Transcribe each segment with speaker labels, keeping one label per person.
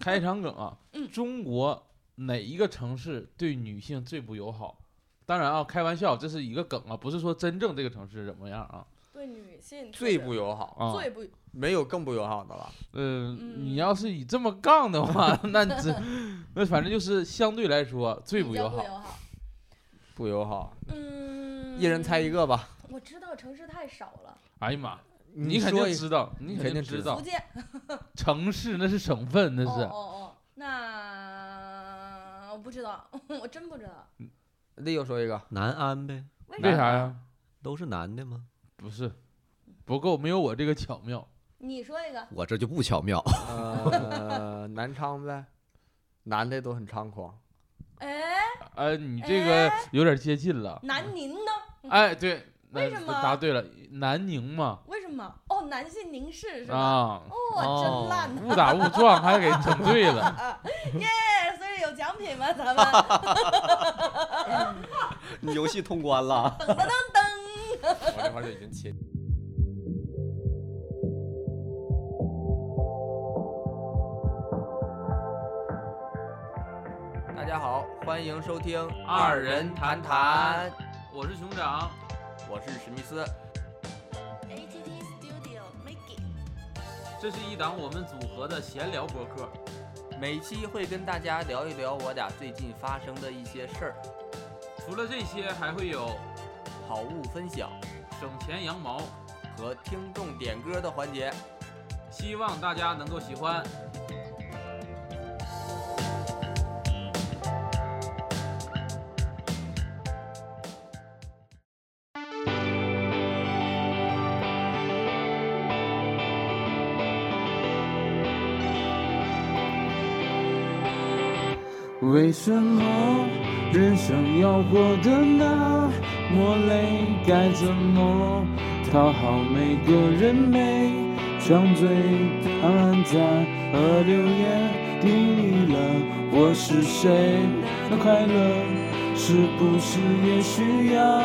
Speaker 1: 开场梗啊，
Speaker 2: 嗯
Speaker 1: 中国哪一个城市对女性最不友好？当然啊，开玩笑，这是一个梗啊，不是说真正这个城市怎么样啊
Speaker 2: 对女性
Speaker 3: 最不友好，
Speaker 1: 啊。
Speaker 2: 最不
Speaker 3: 没有更不友好的了。
Speaker 1: 呃，你
Speaker 2: 嗯
Speaker 1: 要是以这么杠的话， 那只那反正就是相对来说最
Speaker 2: 比
Speaker 1: 不
Speaker 2: 较
Speaker 1: 友好。
Speaker 2: 友好。
Speaker 3: 不友好，
Speaker 2: 嗯，
Speaker 3: 一人猜一。个吧。
Speaker 2: 我知道城市太少了，
Speaker 1: 哎呀妈，
Speaker 3: 嗯你
Speaker 1: 肯
Speaker 3: 说
Speaker 1: 定
Speaker 3: 一
Speaker 1: 知道，你
Speaker 3: 你
Speaker 1: 肯
Speaker 3: 肯
Speaker 1: 定
Speaker 3: 定
Speaker 1: 知
Speaker 3: 知
Speaker 1: 道
Speaker 2: 福，建。
Speaker 1: 城市那是省份，那
Speaker 2: 哦
Speaker 1: 是
Speaker 2: 哦哦，那我不知道， 我真不知道。
Speaker 3: 利又说一个，
Speaker 4: 南安呗，
Speaker 2: 为
Speaker 1: 为
Speaker 2: 啥？
Speaker 1: 啥呀？
Speaker 4: 都是男的吗？
Speaker 1: 不是，不够，没有我这个巧妙。
Speaker 2: 你说一个，
Speaker 4: 我这就不巧妙，
Speaker 3: 呃，南昌呗，男的都很猖狂。
Speaker 2: 哎，
Speaker 1: 呃，你这个有点接近了。
Speaker 2: 南宁呢？
Speaker 1: 哎，对，那
Speaker 2: 嗯为什么
Speaker 1: 答对了，南宁嘛，
Speaker 2: 为什么？哦，南信宁市是吧？
Speaker 1: 啊，
Speaker 2: 哦，真烂呐！
Speaker 1: 误打误撞还给整对了。
Speaker 2: 哎，所以有奖品吗？咱们
Speaker 4: 你 游戏通关了。
Speaker 3: 我这块就已经切。大家好，欢迎收听《
Speaker 1: 二人
Speaker 3: 谈
Speaker 1: 谈》， 我是熊掌，
Speaker 3: 我是史密斯。
Speaker 2: ATT Studio Mickey，
Speaker 1: 这是一档我们组合的闲聊播客。
Speaker 3: 每期会跟大家聊一聊我俩最近发生的一些事儿，
Speaker 1: 除了这些，还会有
Speaker 3: 好物分享
Speaker 1: 省钱羊毛，
Speaker 3: 和听众点歌的环节。
Speaker 1: 希望大家能够喜欢。
Speaker 5: 为什么人生要活得那么累？该怎么讨好每个人美？张嘴当然赞和留言定义了我是谁。那快乐是不是也需要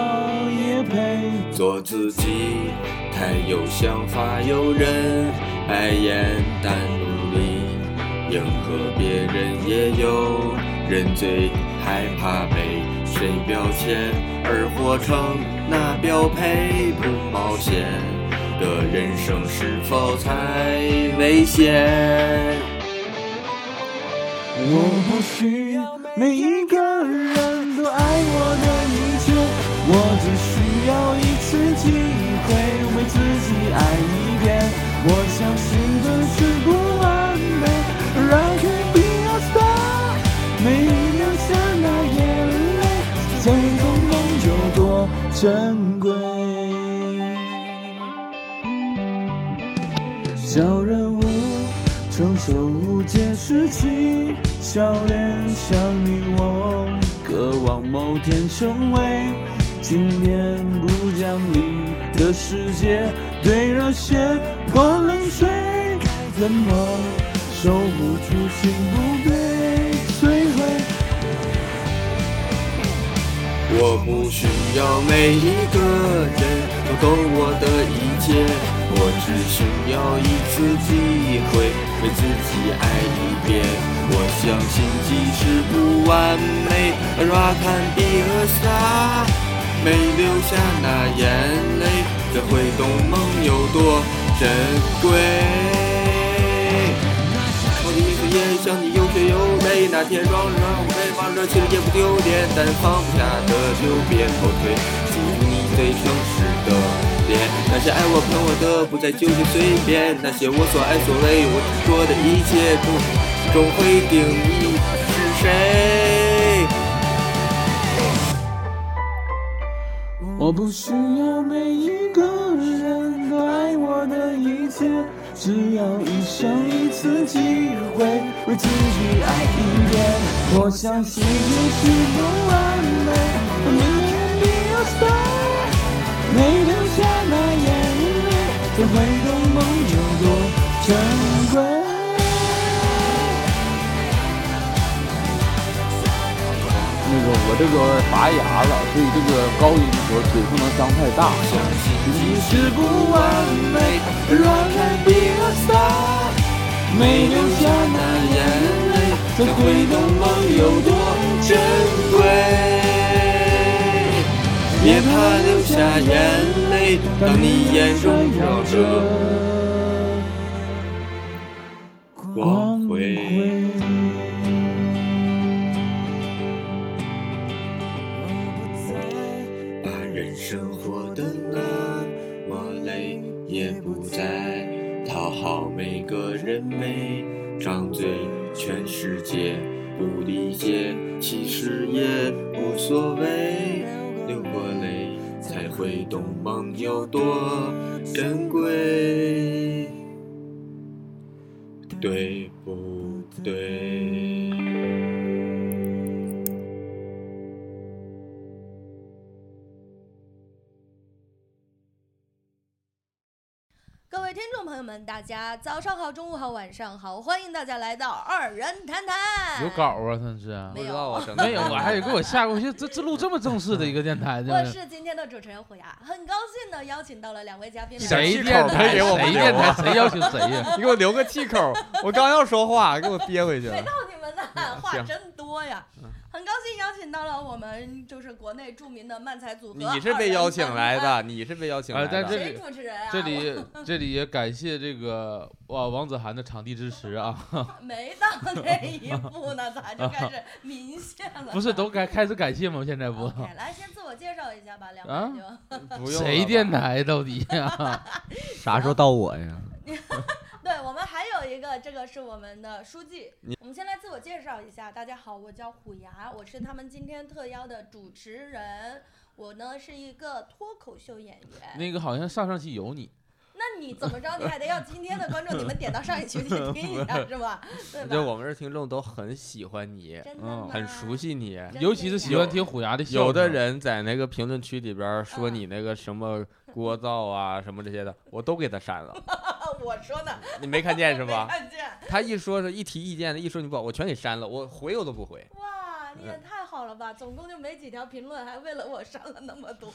Speaker 5: 也配？
Speaker 6: 做自己，太有想法，有人爱言但努力，迎合别人也有人追，害怕被谁标签而活成那标配，不冒险的人生是否才危险？
Speaker 5: 我不需要每一个人都爱我的一切，我只需要一次机会为自己爱一遍。我相信人是不完美，and I can be a star。每一秒刹那眼泪，想一种梦有多珍贵。小人物承受无解时期，笑脸像你我，渴望某天成为今天不讲理的世界，对热血泼冷水，冷漠守护初心不被摧毁。
Speaker 6: 我不需要每一个人都懂我的一切，我只需要一次机会为自己爱一遍。我相信即使不完美，but I can be a star。没流下那眼泪，这会懂梦有多珍贵。我的名字也像你又学又累，哪天装着让我被骂着，其实也不丢脸，但放不下的就别后退，祝福你最诚实的脸。那些爱我疼我的不再纠结随便，那些我所爱所为我说的一切都终会定义是谁。
Speaker 5: 我不需要每一个人都爱我的一切，只要一生一次机会为自己爱一遍。我相信你是不完美，but you can be a star。没流下那眼泪，才会懂梦有多珍贵。那个我这个拔牙了，所以这个高音我嘴不能张太大。你是不完美，but I can be a star。没流下那眼才会懂梦有多珍贵。别怕流下眼泪，当你眼中飘着光辉。把人生活得那么累，也不再讨好每个人每张嘴，全世界不理解，其实也无所谓。流过泪，才会懂梦有多珍贵，对不对？
Speaker 2: 各位听众朋友们，大家早上好、中午好、晚上好，欢迎大家来到二人谈谈。
Speaker 1: 有稿啊，他是
Speaker 2: 没
Speaker 4: 不
Speaker 2: 有
Speaker 4: 知道
Speaker 7: 哦
Speaker 4: 啊，整个
Speaker 1: 没有？我还有给我吓过，我寻思这这录这么正式的一个电台，真
Speaker 2: 我
Speaker 1: 的
Speaker 2: 是今天的主持人虎牙，很高兴的邀请到了两位嘉宾。
Speaker 1: 谁
Speaker 7: 一
Speaker 1: 电
Speaker 7: 点气口没
Speaker 1: 台
Speaker 7: 给我
Speaker 1: 谁
Speaker 7: 们留
Speaker 1: 电台
Speaker 7: 啊
Speaker 1: 谁邀请谁 呀？
Speaker 7: 你给我留个气口，我刚要说话，给我憋回去
Speaker 2: 谁告你们呢？话
Speaker 7: 啊行嗯
Speaker 2: 真多呀！很高兴邀请到了我们就是国内著名的漫才组合。
Speaker 7: 你是被邀请来。
Speaker 4: 哎
Speaker 7: 的，你是被邀请来
Speaker 1: 啊但
Speaker 7: 的。
Speaker 1: 是
Speaker 2: 谁主持人啊？
Speaker 1: 这里这里也感谢这个哇王子涵的场地支持啊，
Speaker 2: 我没到那一步呢，咋就开 始民线 了？
Speaker 1: 不是都该开始感谢吗？现在 不
Speaker 2: OK，来先自我介绍一下吧，两
Speaker 1: 啊
Speaker 2: 位就。
Speaker 7: 不用了吧
Speaker 1: 谁电台到底啊呀？
Speaker 7: 啥时候到我呀？
Speaker 2: 对我们还有一个，这个是我们的书记。我们先来自我介绍一下，大家好，我叫虎牙，我是他们今天特邀的主持人。我呢是一个脱口秀演员。
Speaker 1: 那个好像上上期有你，
Speaker 2: 那你怎么着，你还得要今天的观众，你们点到上一群去听一下，是 吧？对
Speaker 4: 就
Speaker 2: 吧？
Speaker 4: 我们这听众都很喜欢你，
Speaker 2: 真
Speaker 1: 嗯
Speaker 2: 的吗？
Speaker 4: 很熟悉啊你。
Speaker 2: 真的
Speaker 1: 尤其是喜 欢
Speaker 2: 呀
Speaker 1: 听虎牙的笑声。
Speaker 4: 有的人在那个评论区里边儿说
Speaker 2: 嗯
Speaker 4: 你那个什么聒噪啊什么这些的，我都给他删了。
Speaker 2: 哦我说呢，
Speaker 4: 你没看 见是
Speaker 2: 没
Speaker 4: 吧？
Speaker 2: 看见。
Speaker 4: 他一说是一提意见的，一说你不好，我全给删了，我回我都不回。
Speaker 2: 哇，你也太好了吧！总共就没几条评论，还为了我删了那么多。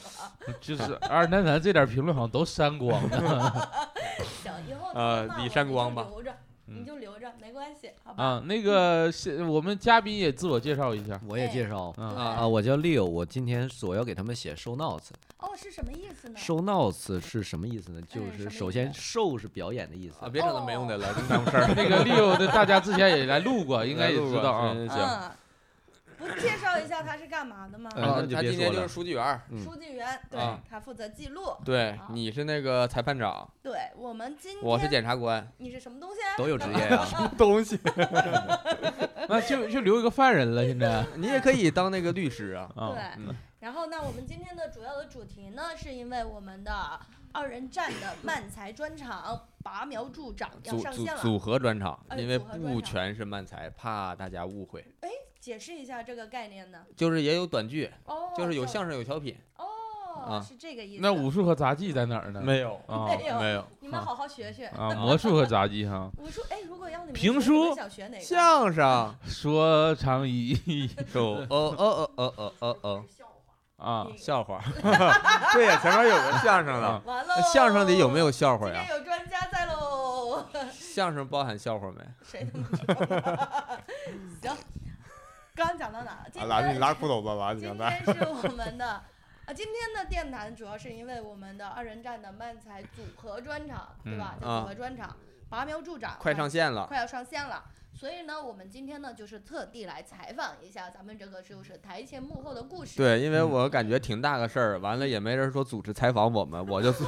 Speaker 1: 就是 二男男这点评论好像都删光 了
Speaker 2: 行，以后他们
Speaker 4: 呃
Speaker 2: 骂
Speaker 4: 李
Speaker 2: 我
Speaker 4: 善
Speaker 2: 你
Speaker 4: 光
Speaker 2: 就
Speaker 4: 吧
Speaker 2: 留着，
Speaker 1: 嗯
Speaker 2: 你就留着，没关系，好吧？
Speaker 1: 啊。那个是我们嘉宾也自我介绍一下，
Speaker 7: 我也介绍
Speaker 1: 嗯
Speaker 2: 啊
Speaker 7: 啊，我叫 Leo，我今天所要给他们写 show notes。
Speaker 2: 哦，是什么意思呢？
Speaker 7: show notes 是什么意思呢？就
Speaker 2: 嗯什
Speaker 4: 哎
Speaker 2: 么
Speaker 7: 是
Speaker 2: 意
Speaker 7: 首先
Speaker 2: 思
Speaker 7: show 是表演的意思
Speaker 4: 啊啊，别整那没用的了，真耽误事儿。
Speaker 1: 那个 Leo 的大家之前也来录 过，应该也
Speaker 4: 录
Speaker 1: 知
Speaker 4: 吧
Speaker 1: 道啊。
Speaker 4: 真行。
Speaker 2: 嗯，不介绍一下他是干嘛的吗？
Speaker 7: 嗯那你就
Speaker 4: 他
Speaker 7: 别
Speaker 4: 今天
Speaker 7: 说
Speaker 4: 就
Speaker 7: 了
Speaker 4: 是书记员儿，
Speaker 7: 嗯
Speaker 2: 书记员，对、
Speaker 4: 啊
Speaker 2: 他负责记录。
Speaker 4: 对
Speaker 2: 啊，
Speaker 4: 你是那个裁判长，
Speaker 2: 对我们今天，
Speaker 4: 我是检察官，
Speaker 2: 你是什么东西？
Speaker 7: 都有职业呀、啊。
Speaker 4: 东西。
Speaker 1: 那就就留一个犯人了，现在
Speaker 4: 你也可以当那个律师啊。
Speaker 2: 对
Speaker 1: 啊，，
Speaker 4: 嗯
Speaker 2: 然后呢，我们今天的主要的主题呢，是因为我们的二人战 的漫才专场拔苗助长要
Speaker 4: 组
Speaker 2: 上
Speaker 4: 组
Speaker 2: 线了。
Speaker 4: 组合专场，
Speaker 2: 哎
Speaker 4: 因为
Speaker 2: 组合专场
Speaker 4: 不全是漫才，怕大家误会，
Speaker 2: 解释一下这个概念呢？
Speaker 4: 就是也有短剧，
Speaker 2: 哦，
Speaker 4: 就是有
Speaker 2: 叫
Speaker 4: 相声有小品，
Speaker 2: 哦
Speaker 4: 啊，
Speaker 2: 是这个意思。
Speaker 1: 那武术和杂技在哪儿呢？
Speaker 4: 有
Speaker 1: 啊
Speaker 2: 没有
Speaker 4: 嗯没有
Speaker 2: 你们好好学学
Speaker 1: 啊，魔术和杂技哈。
Speaker 2: 武术。哎，如果要你们
Speaker 1: 评
Speaker 2: 学你
Speaker 1: 书
Speaker 2: 们想学哪个？
Speaker 4: 相声
Speaker 1: 说长椅
Speaker 4: 有哦哦哦哦哦哦
Speaker 1: 啊，
Speaker 2: 你
Speaker 4: 笑话， 对呀，前面有个相声了，
Speaker 2: 完喽
Speaker 4: 那！相声里有没有笑话
Speaker 2: 今
Speaker 4: 呀
Speaker 2: 天？有专家在喽，
Speaker 4: 相声包含笑话没？
Speaker 2: 谁他妈知道？ 行，刚刚讲到哪了？
Speaker 4: 啊
Speaker 2: 今天
Speaker 4: 裤头吧，啊完
Speaker 2: 今天是我们的 啊，今天的电台主要是因为我们的二人战的漫才组合专场，对吧？
Speaker 4: 嗯
Speaker 2: 叫
Speaker 4: 啊
Speaker 2: 组合专场，拔苗助长，
Speaker 4: 快上线了，
Speaker 2: 快要上线了。所以呢，我们今天呢，就是特地来采访一下咱们这个就是台前幕后的故事。
Speaker 4: 对，因为我感觉挺大个事儿，完了也没人说组织采访我们，我就自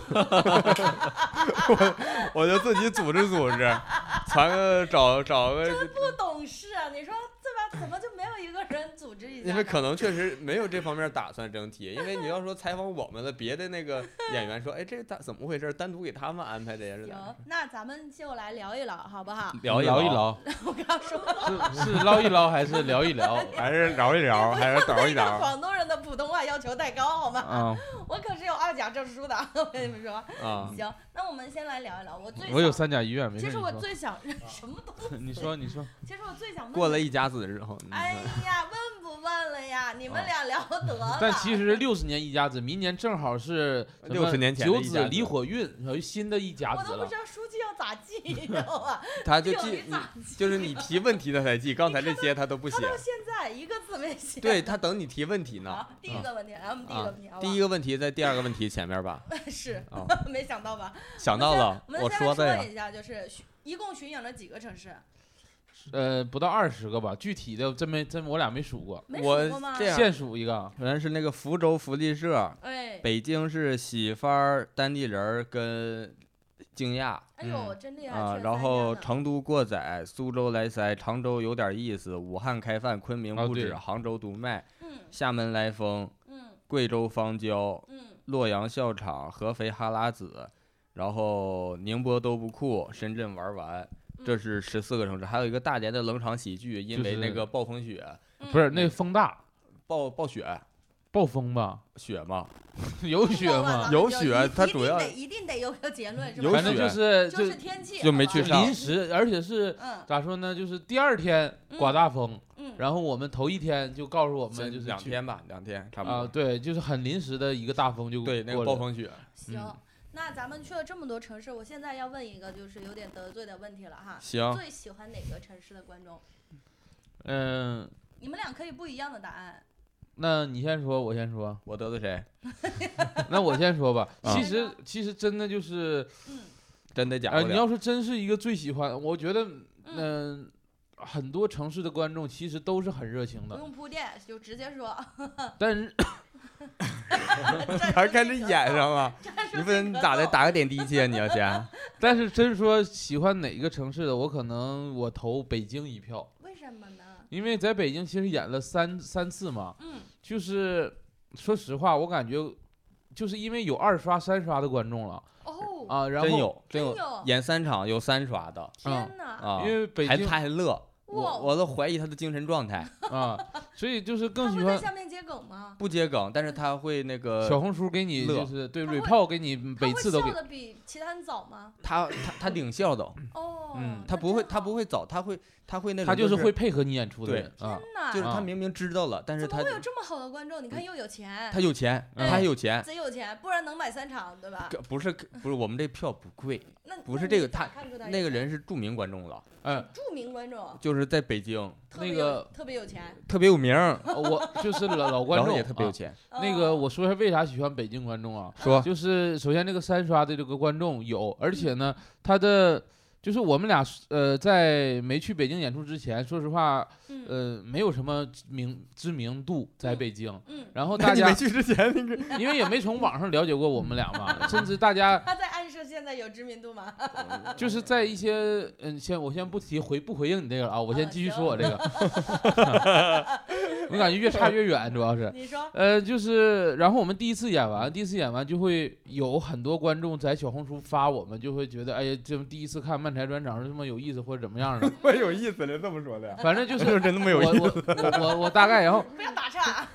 Speaker 4: 我我就自己组织组织，传个找找个，
Speaker 2: 不懂事啊！你说对吧？怎么就没有一个人组织一下呢？
Speaker 4: 因为可能确实没有这方面打算整体，因为你要说采访我们的别的那个演员说，哎，这咋怎么回事？单独给他们安排的呀？是咋
Speaker 2: 行，那咱们就来聊一聊，好不好？
Speaker 4: 聊
Speaker 1: 聊
Speaker 4: 一
Speaker 1: 一，聊，
Speaker 2: 我刚说了
Speaker 1: 是是捞一捞还是聊一聊？
Speaker 4: 还是聊一聊， 还是
Speaker 2: 对个 广东人的普通话要求太高，好吗？
Speaker 1: 啊，
Speaker 2: 我可是有二甲证书的， 我跟你们说。
Speaker 4: 啊？
Speaker 2: 行，那我们先来聊一聊。我最
Speaker 1: 我有
Speaker 2: 想，
Speaker 1: 三甲医院，没事
Speaker 2: 其
Speaker 1: 你
Speaker 2: 实我
Speaker 1: 说。
Speaker 2: 最呃想 什么都，
Speaker 1: 你说你说，
Speaker 2: 其实我最想问。
Speaker 4: 过了。一家子之后，
Speaker 2: 哎呀，问不问了
Speaker 3: 啊
Speaker 2: 呀？你们俩聊得了。
Speaker 1: 但其实六十年一甲子，明年正好是什么
Speaker 4: 60年前的
Speaker 1: 九
Speaker 4: 一
Speaker 1: 子
Speaker 4: 甲子
Speaker 1: 离火运，属于新的一甲
Speaker 2: 我
Speaker 1: 子
Speaker 2: 都不
Speaker 1: 了
Speaker 2: 知。道书记要咋 记，你知道吧？
Speaker 3: 他就
Speaker 2: 这种
Speaker 3: 记
Speaker 2: 你
Speaker 3: 你
Speaker 2: 咋记？
Speaker 3: 就是你提问题他才记，刚才这些他都不写
Speaker 2: 他。到现在一个字没写。
Speaker 3: 对他等你提问题呢。
Speaker 2: 好，第一个问题，来我们第一个
Speaker 3: 啊
Speaker 2: 问题，，
Speaker 3: 第一
Speaker 2: 个
Speaker 3: 个问题在第二个问题前面吧。
Speaker 2: 是
Speaker 3: 啊，
Speaker 2: 没想到吧？
Speaker 3: 想到了，
Speaker 2: 我们
Speaker 3: 我
Speaker 2: 先来
Speaker 3: 说的呀。
Speaker 2: 一下，就是巡一共巡演了几个城市？
Speaker 1: 呃，不到二十个吧，具体的真没真我俩没数过，
Speaker 2: 没
Speaker 3: 我
Speaker 2: 数过吗
Speaker 3: 这？样
Speaker 1: 现数一个。啊
Speaker 4: 原来是那个福州福利社，
Speaker 2: 哎，
Speaker 4: 北京是喜番儿、当地人儿跟惊讶
Speaker 2: 哎呦，真厉害！
Speaker 4: 啊
Speaker 2: 去，了
Speaker 4: 然
Speaker 2: 三
Speaker 4: 后
Speaker 2: 家呢
Speaker 4: 成都过载、苏州来塞、常州有点意思、武汉开饭、昆明
Speaker 1: 哦
Speaker 4: 不止、
Speaker 1: 对
Speaker 4: 杭州独卖、
Speaker 2: 嗯
Speaker 4: 厦门来风、
Speaker 2: 嗯
Speaker 4: 贵州方椒、
Speaker 2: 嗯，
Speaker 4: 洛阳笑场、合肥哈拉子，然后宁波都不酷、深圳玩完，这
Speaker 2: 嗯
Speaker 4: 是十四个城市，还有一个大连的冷场喜剧，因
Speaker 1: 就
Speaker 4: 为那
Speaker 1: 是
Speaker 4: 个暴风雪、
Speaker 2: 嗯
Speaker 1: 不是那风大
Speaker 4: 暴暴雪
Speaker 1: 暴风 吧？
Speaker 4: 雪嘛，
Speaker 1: 有雪
Speaker 2: 说完
Speaker 1: 吗
Speaker 2: 了？
Speaker 4: 有
Speaker 2: 就
Speaker 4: 雪
Speaker 2: 一
Speaker 4: 它
Speaker 2: 一
Speaker 4: 主
Speaker 2: 定
Speaker 4: 要
Speaker 2: 得一定得有个结论是吧？
Speaker 4: 有
Speaker 1: 反正
Speaker 4: 雪
Speaker 1: 就是
Speaker 2: 就是天气
Speaker 4: 就没
Speaker 2: 好吧
Speaker 4: 去上
Speaker 1: 临时，而且是
Speaker 2: 嗯
Speaker 1: 咋说呢？就是第二天刮
Speaker 2: 嗯
Speaker 1: 大风，
Speaker 2: 嗯，
Speaker 1: 然后我们头一天就告诉我
Speaker 4: 这
Speaker 1: 们就是
Speaker 4: 两
Speaker 1: 去
Speaker 4: 天吧，两天差不
Speaker 1: 啊，
Speaker 4: 多。
Speaker 1: 对，就是很临时的一个大风就
Speaker 4: 对，那
Speaker 1: 过来
Speaker 4: 个暴
Speaker 1: 了
Speaker 4: 风雪，
Speaker 2: 行
Speaker 1: 嗯。
Speaker 2: 那咱们去了这么多城市，我现在要问一个就是有点得罪的问题了哈。
Speaker 4: 行，
Speaker 2: 最喜欢哪个城市的观众？
Speaker 1: 嗯，
Speaker 2: 你们俩可以不一样的答案。
Speaker 1: 那你先说，我先说，
Speaker 4: 我得罪谁？
Speaker 1: 那我先说 吧。
Speaker 4: 啊
Speaker 1: 其实其实真的就是
Speaker 2: 嗯
Speaker 4: 真的假
Speaker 1: 呃，
Speaker 4: 的？
Speaker 1: 你要说真是一个最喜欢，我觉得
Speaker 2: 嗯，
Speaker 1: 嗯、很多城市的观众其实都是很热情
Speaker 2: 不
Speaker 1: 的，
Speaker 2: 用铺垫，就直接 说。
Speaker 1: 但是
Speaker 4: 还跟着演 上了，
Speaker 2: 战术
Speaker 4: 你
Speaker 2: 性
Speaker 4: 不能
Speaker 2: 格
Speaker 4: 咋的？
Speaker 2: 斗
Speaker 4: 打个点滴去啊？你要 先
Speaker 1: 但是真说喜欢哪个城市的，我可能我投北京一票，
Speaker 2: 为什么呢？
Speaker 1: 因为在北京其实演了三三次嘛，
Speaker 2: 嗯
Speaker 1: 就是说实话，我感觉就是因为有二刷三刷的观众了
Speaker 2: 哦，
Speaker 1: 啊，然后
Speaker 4: 真有真
Speaker 2: 真
Speaker 4: 有
Speaker 2: 有
Speaker 4: 演三场有三刷的
Speaker 2: 天哪！
Speaker 4: 啊，
Speaker 1: 因为北
Speaker 4: 还
Speaker 1: 京
Speaker 4: 他还乐，
Speaker 2: 哇
Speaker 4: 我我都怀疑他的精神状态。
Speaker 1: 啊，所以就是
Speaker 2: 他
Speaker 1: 更喜
Speaker 2: 会在
Speaker 1: 欢
Speaker 2: 下面接梗吗？
Speaker 4: 不接梗，但是他会那
Speaker 1: 小
Speaker 4: 个，
Speaker 1: 红书给你
Speaker 4: 呃乐
Speaker 1: 就是对
Speaker 2: 他会
Speaker 1: report 给你
Speaker 2: 他
Speaker 1: 每
Speaker 2: 会
Speaker 1: 次都给
Speaker 2: 笑的比其他人早吗？
Speaker 4: 他他他领笑的，
Speaker 2: 哦，
Speaker 1: 嗯
Speaker 4: 他不会他不
Speaker 2: 会。
Speaker 4: 会早，他会他会那种，
Speaker 1: 他
Speaker 4: 就是
Speaker 1: 会，配合你演出的
Speaker 4: 对
Speaker 1: 人啊。
Speaker 2: 天哪！
Speaker 4: 就是他
Speaker 1: 啊
Speaker 4: 明明知道了，但是
Speaker 2: 怎么
Speaker 4: 他
Speaker 2: 会有这么好的观众？你看又有钱，
Speaker 4: 他有钱，
Speaker 2: 嗯
Speaker 4: 他还有钱，
Speaker 2: 贼有钱，不然能买三场，对吧？
Speaker 4: 可不是不是我们这票不贵，
Speaker 2: 那
Speaker 4: 不是这
Speaker 2: 那
Speaker 4: 个
Speaker 2: 你咋
Speaker 4: 他
Speaker 2: 看出他
Speaker 4: 那个
Speaker 2: 有钱
Speaker 4: 人是著名观众了，
Speaker 1: 哎，
Speaker 2: 著名观众，
Speaker 4: 就是在北京
Speaker 2: 特别
Speaker 1: 那
Speaker 2: 有
Speaker 1: 个
Speaker 2: 特别有钱，
Speaker 4: 特别有名儿，
Speaker 1: 呃我就是 老老观
Speaker 4: 然
Speaker 1: 众
Speaker 4: 后也特别有
Speaker 1: 啊
Speaker 4: 钱，
Speaker 1: 那
Speaker 2: 哦
Speaker 1: 个我说一下为啥喜欢北京观众啊？
Speaker 4: 说
Speaker 1: 就是首先这个三刷的这个观众有，而且呢，
Speaker 4: 嗯
Speaker 1: 他的就是我们俩呃在没去北京演出之前，说实话
Speaker 2: 嗯
Speaker 1: 呃没有什么名知名度在北京，
Speaker 2: 嗯，
Speaker 1: 然后
Speaker 4: 那
Speaker 1: 大
Speaker 4: 你没
Speaker 1: 家
Speaker 4: 去之前那个
Speaker 1: 因为也没从网上了解过我们俩 嘛，甚至大家
Speaker 2: 他在暗示现在有知名度吗？
Speaker 1: 就是在一些嗯，先我先不提回不回应你这个了啊，我先
Speaker 2: 啊
Speaker 1: 继续
Speaker 2: 行
Speaker 1: 说我这个， 我感觉越差越远，主要是。
Speaker 2: 你说，
Speaker 1: 呃，就是，然后我们第一次演完，第一次演完就会有很多观众在小红书发我们，就会觉得，哎呀，这第一次看漫才专场是这么有意思，或者怎么 样的，
Speaker 4: 我有意思了，这么说的 呀，
Speaker 1: 反正就是
Speaker 4: 是真的没有
Speaker 1: 我
Speaker 4: 意思。
Speaker 1: 我我我我大概，然后
Speaker 2: 不要打岔，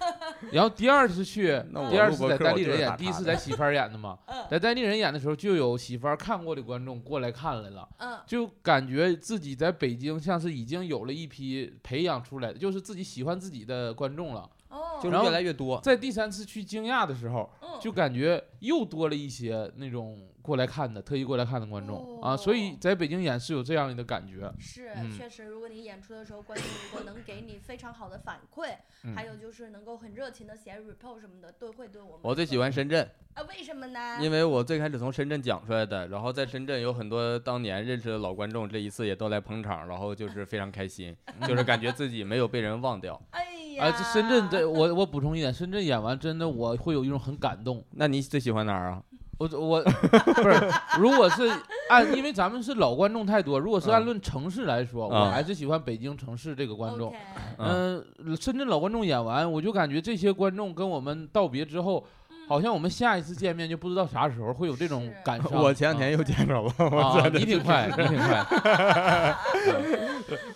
Speaker 1: 然后第二次去，
Speaker 4: 那我
Speaker 1: 第二
Speaker 4: 录
Speaker 1: 次
Speaker 4: 播
Speaker 1: 在
Speaker 4: 客
Speaker 1: 单
Speaker 4: 我
Speaker 1: 立
Speaker 4: 就
Speaker 1: 人
Speaker 4: 是
Speaker 1: 演，
Speaker 4: 打
Speaker 1: 第一
Speaker 4: 岔
Speaker 1: 次
Speaker 4: 的
Speaker 1: 在喜番演的嘛，
Speaker 2: 嗯
Speaker 1: 在单立人演的时候就有喜番看过的观众过来看来了，
Speaker 2: 嗯
Speaker 1: 就感觉自己在北京像是已经有了一批培养出来的，就是自己喜欢自己的观众了。
Speaker 2: 哦，
Speaker 4: 就是
Speaker 1: 然后
Speaker 4: 越来越多，
Speaker 1: 在第三次去惊讶的时候，
Speaker 2: 嗯
Speaker 1: 就感觉又多了一些那种过来看的、特意过来看的观众、啊，所以
Speaker 2: 哦
Speaker 1: 在北京演是有这样的感觉。
Speaker 2: 是，
Speaker 1: 嗯
Speaker 2: 确实，如果你演出的时候，观众如果能给你非常好的反馈，
Speaker 1: 嗯
Speaker 2: 还有就是能够很热情的写 report 什么的，都会对我们。
Speaker 4: 我最喜欢深圳，
Speaker 2: 啊，为什么呢？
Speaker 4: 因为我最开始从深圳讲出来的，然后在深圳有很多当年认识的老观众，这一次也都来捧场，然后就是非常开心，就是感觉自己没有被人忘掉。
Speaker 2: 哎呀，
Speaker 1: 啊，这深圳这我我补充一点，深圳演完真的我会有一种很感动。
Speaker 4: 那你最喜欢哪儿啊？
Speaker 1: 我我不是，如果是按因为咱们是老观众太多，如果是按
Speaker 4: 嗯
Speaker 1: 论城市来说，我
Speaker 4: 嗯
Speaker 1: 还是喜欢北京城市这个观众。
Speaker 2: OK，
Speaker 4: 嗯，
Speaker 1: 嗯、深圳老观众演完，我就感觉这些观众跟我们道别之后，
Speaker 2: 嗯
Speaker 1: 好像我们下一次见面就不知道啥时候会有这种
Speaker 2: 是
Speaker 1: 感伤。
Speaker 4: 我前两天又见着 了，我
Speaker 1: 啊，
Speaker 4: 在
Speaker 1: 啊你挺快，你挺快。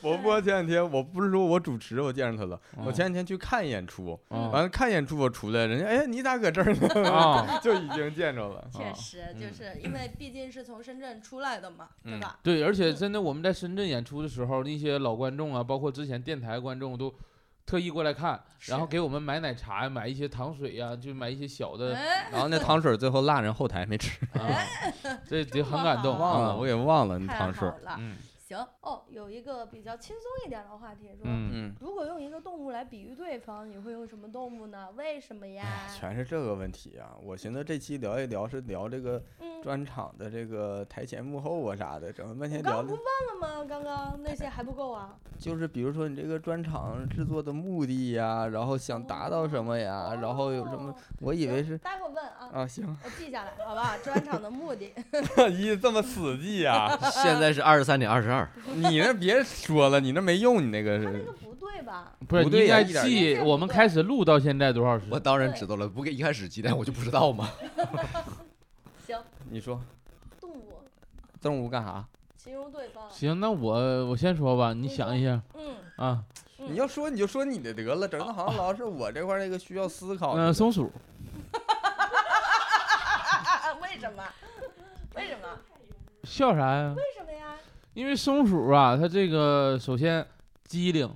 Speaker 4: 我播前两天，我不是说我主持，我见着他了，我前两天去看演出，
Speaker 1: 嗯
Speaker 4: 完了看演出我出来，人家哎你咋搁这儿呢？
Speaker 1: 啊，
Speaker 4: 就已经见着了。
Speaker 2: 确实，就是因为毕竟是从深圳出来的嘛，对
Speaker 4: 嗯
Speaker 2: 吧？
Speaker 1: 对，而且真的我们在深圳演出的时候，那些老观众啊，包括之前电台观众都特意过来看，然后
Speaker 2: 是
Speaker 1: 给我们买奶茶呀，买一些糖水呀，就买一些小
Speaker 4: 呃
Speaker 1: 的，
Speaker 2: 哎，
Speaker 4: 然后那糖水最后落人后台没吃，
Speaker 1: 啊，这这很感动
Speaker 4: 忘了，
Speaker 1: 啊
Speaker 4: 我。给忘了那
Speaker 2: 太
Speaker 4: 糖
Speaker 2: 好
Speaker 4: 水。
Speaker 2: 了。
Speaker 3: 嗯
Speaker 2: 行哦，有一个比较轻松一点的话题，说、
Speaker 1: 嗯，
Speaker 4: 嗯，
Speaker 2: 如果用一个动物来比喻对方，你会用什么动物呢？为什么呀？
Speaker 4: 啊全是这个问题啊！我寻思这期聊一聊是聊这个
Speaker 2: 嗯，
Speaker 4: 专场的这个台前幕后啊啥的，整了半
Speaker 2: 我
Speaker 4: 天聊
Speaker 2: 刚不
Speaker 4: 的
Speaker 2: 问了吗？刚刚那些还不够啊？
Speaker 4: 就是比如说你这个专场制作的目的呀，然后想达到什么呀，啊然后有什么
Speaker 2: 哦？？
Speaker 4: 我以为
Speaker 2: 行
Speaker 4: 是
Speaker 2: 待会儿问啊，
Speaker 4: 啊，行，
Speaker 2: 我记下来，好吧？专场的目 的。
Speaker 3: 咦，这么死记 呀？
Speaker 7: 现在是二十三点二十二，
Speaker 4: 啊你那别说了，你那没用，你那个
Speaker 2: 他那
Speaker 4: 是
Speaker 2: 个不对吧？
Speaker 1: 嗯不是，
Speaker 4: 不
Speaker 1: 你
Speaker 4: 对
Speaker 1: 应
Speaker 4: 呀
Speaker 1: 该
Speaker 4: 一点儿
Speaker 1: 记
Speaker 2: 都不
Speaker 1: 我们
Speaker 2: 对
Speaker 1: 开始录到现在多少时
Speaker 7: 我？当然知道了，不给一开始鸡蛋我就不知 道嘛。
Speaker 2: 行，
Speaker 4: 你说
Speaker 2: 动物
Speaker 4: 动物干啥？
Speaker 2: 形容对方。
Speaker 1: 行，那我我先说吧，你
Speaker 2: 你
Speaker 1: 想
Speaker 2: 说
Speaker 1: 一下
Speaker 2: 嗯，
Speaker 1: 啊。
Speaker 2: 嗯
Speaker 4: 你要说你就说你的得了，整的好像老是我这块儿那个需要思考
Speaker 1: 嗯，
Speaker 4: 的。
Speaker 1: 松鼠，
Speaker 2: 啊，为什么？ 为什么？
Speaker 1: 笑啥呀？
Speaker 2: 为什么呀？
Speaker 1: 因为松鼠啊，它这个首先机灵，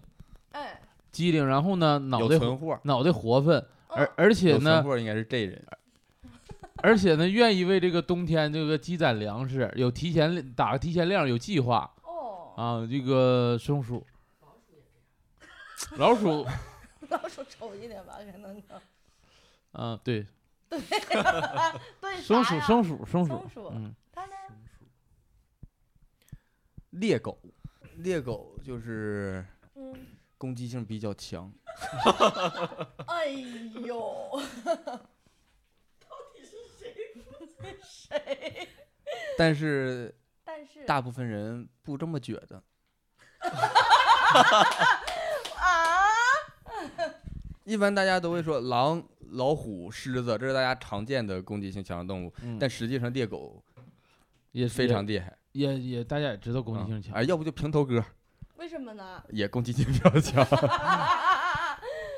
Speaker 2: 哎，
Speaker 1: 机灵，然后呢脑
Speaker 4: 有
Speaker 1: 袋
Speaker 4: 存货，
Speaker 1: 脑袋活泛，而
Speaker 2: 嗯
Speaker 1: 而
Speaker 4: 有
Speaker 1: 且
Speaker 4: 存
Speaker 1: 呢，
Speaker 4: 货应该是这人。
Speaker 1: 而且呢愿意为这个冬天这个积攒粮食，有提前打个提前量，有计划
Speaker 2: 哦，
Speaker 1: 啊。这个松鼠，老鼠，
Speaker 2: 老鼠丑一点吧，可能。
Speaker 1: 啊，对，
Speaker 2: 对，
Speaker 1: 松
Speaker 2: 啥
Speaker 1: 鼠，
Speaker 2: 呀
Speaker 1: 松鼠，松鼠
Speaker 2: 松，鼠
Speaker 1: 嗯，
Speaker 2: 他呢？
Speaker 4: 猎狗，猎狗就是
Speaker 2: 嗯，
Speaker 4: 攻击性比较强。
Speaker 2: 哎呦，
Speaker 4: 但是
Speaker 2: 但是
Speaker 4: 大部分人不这么觉得，
Speaker 2: 啊，
Speaker 4: 一般大家都会说狼、老虎、狮子，这是大家常见的攻击性强的动物，
Speaker 1: 嗯
Speaker 4: 但实际上猎狗
Speaker 1: 也
Speaker 4: 非常厉害，
Speaker 1: 也也也大家也知道攻击性
Speaker 4: 啊
Speaker 1: 强
Speaker 4: 哎，，要不就平头哥
Speaker 2: 为什么呢？
Speaker 4: 也攻击性比较 强，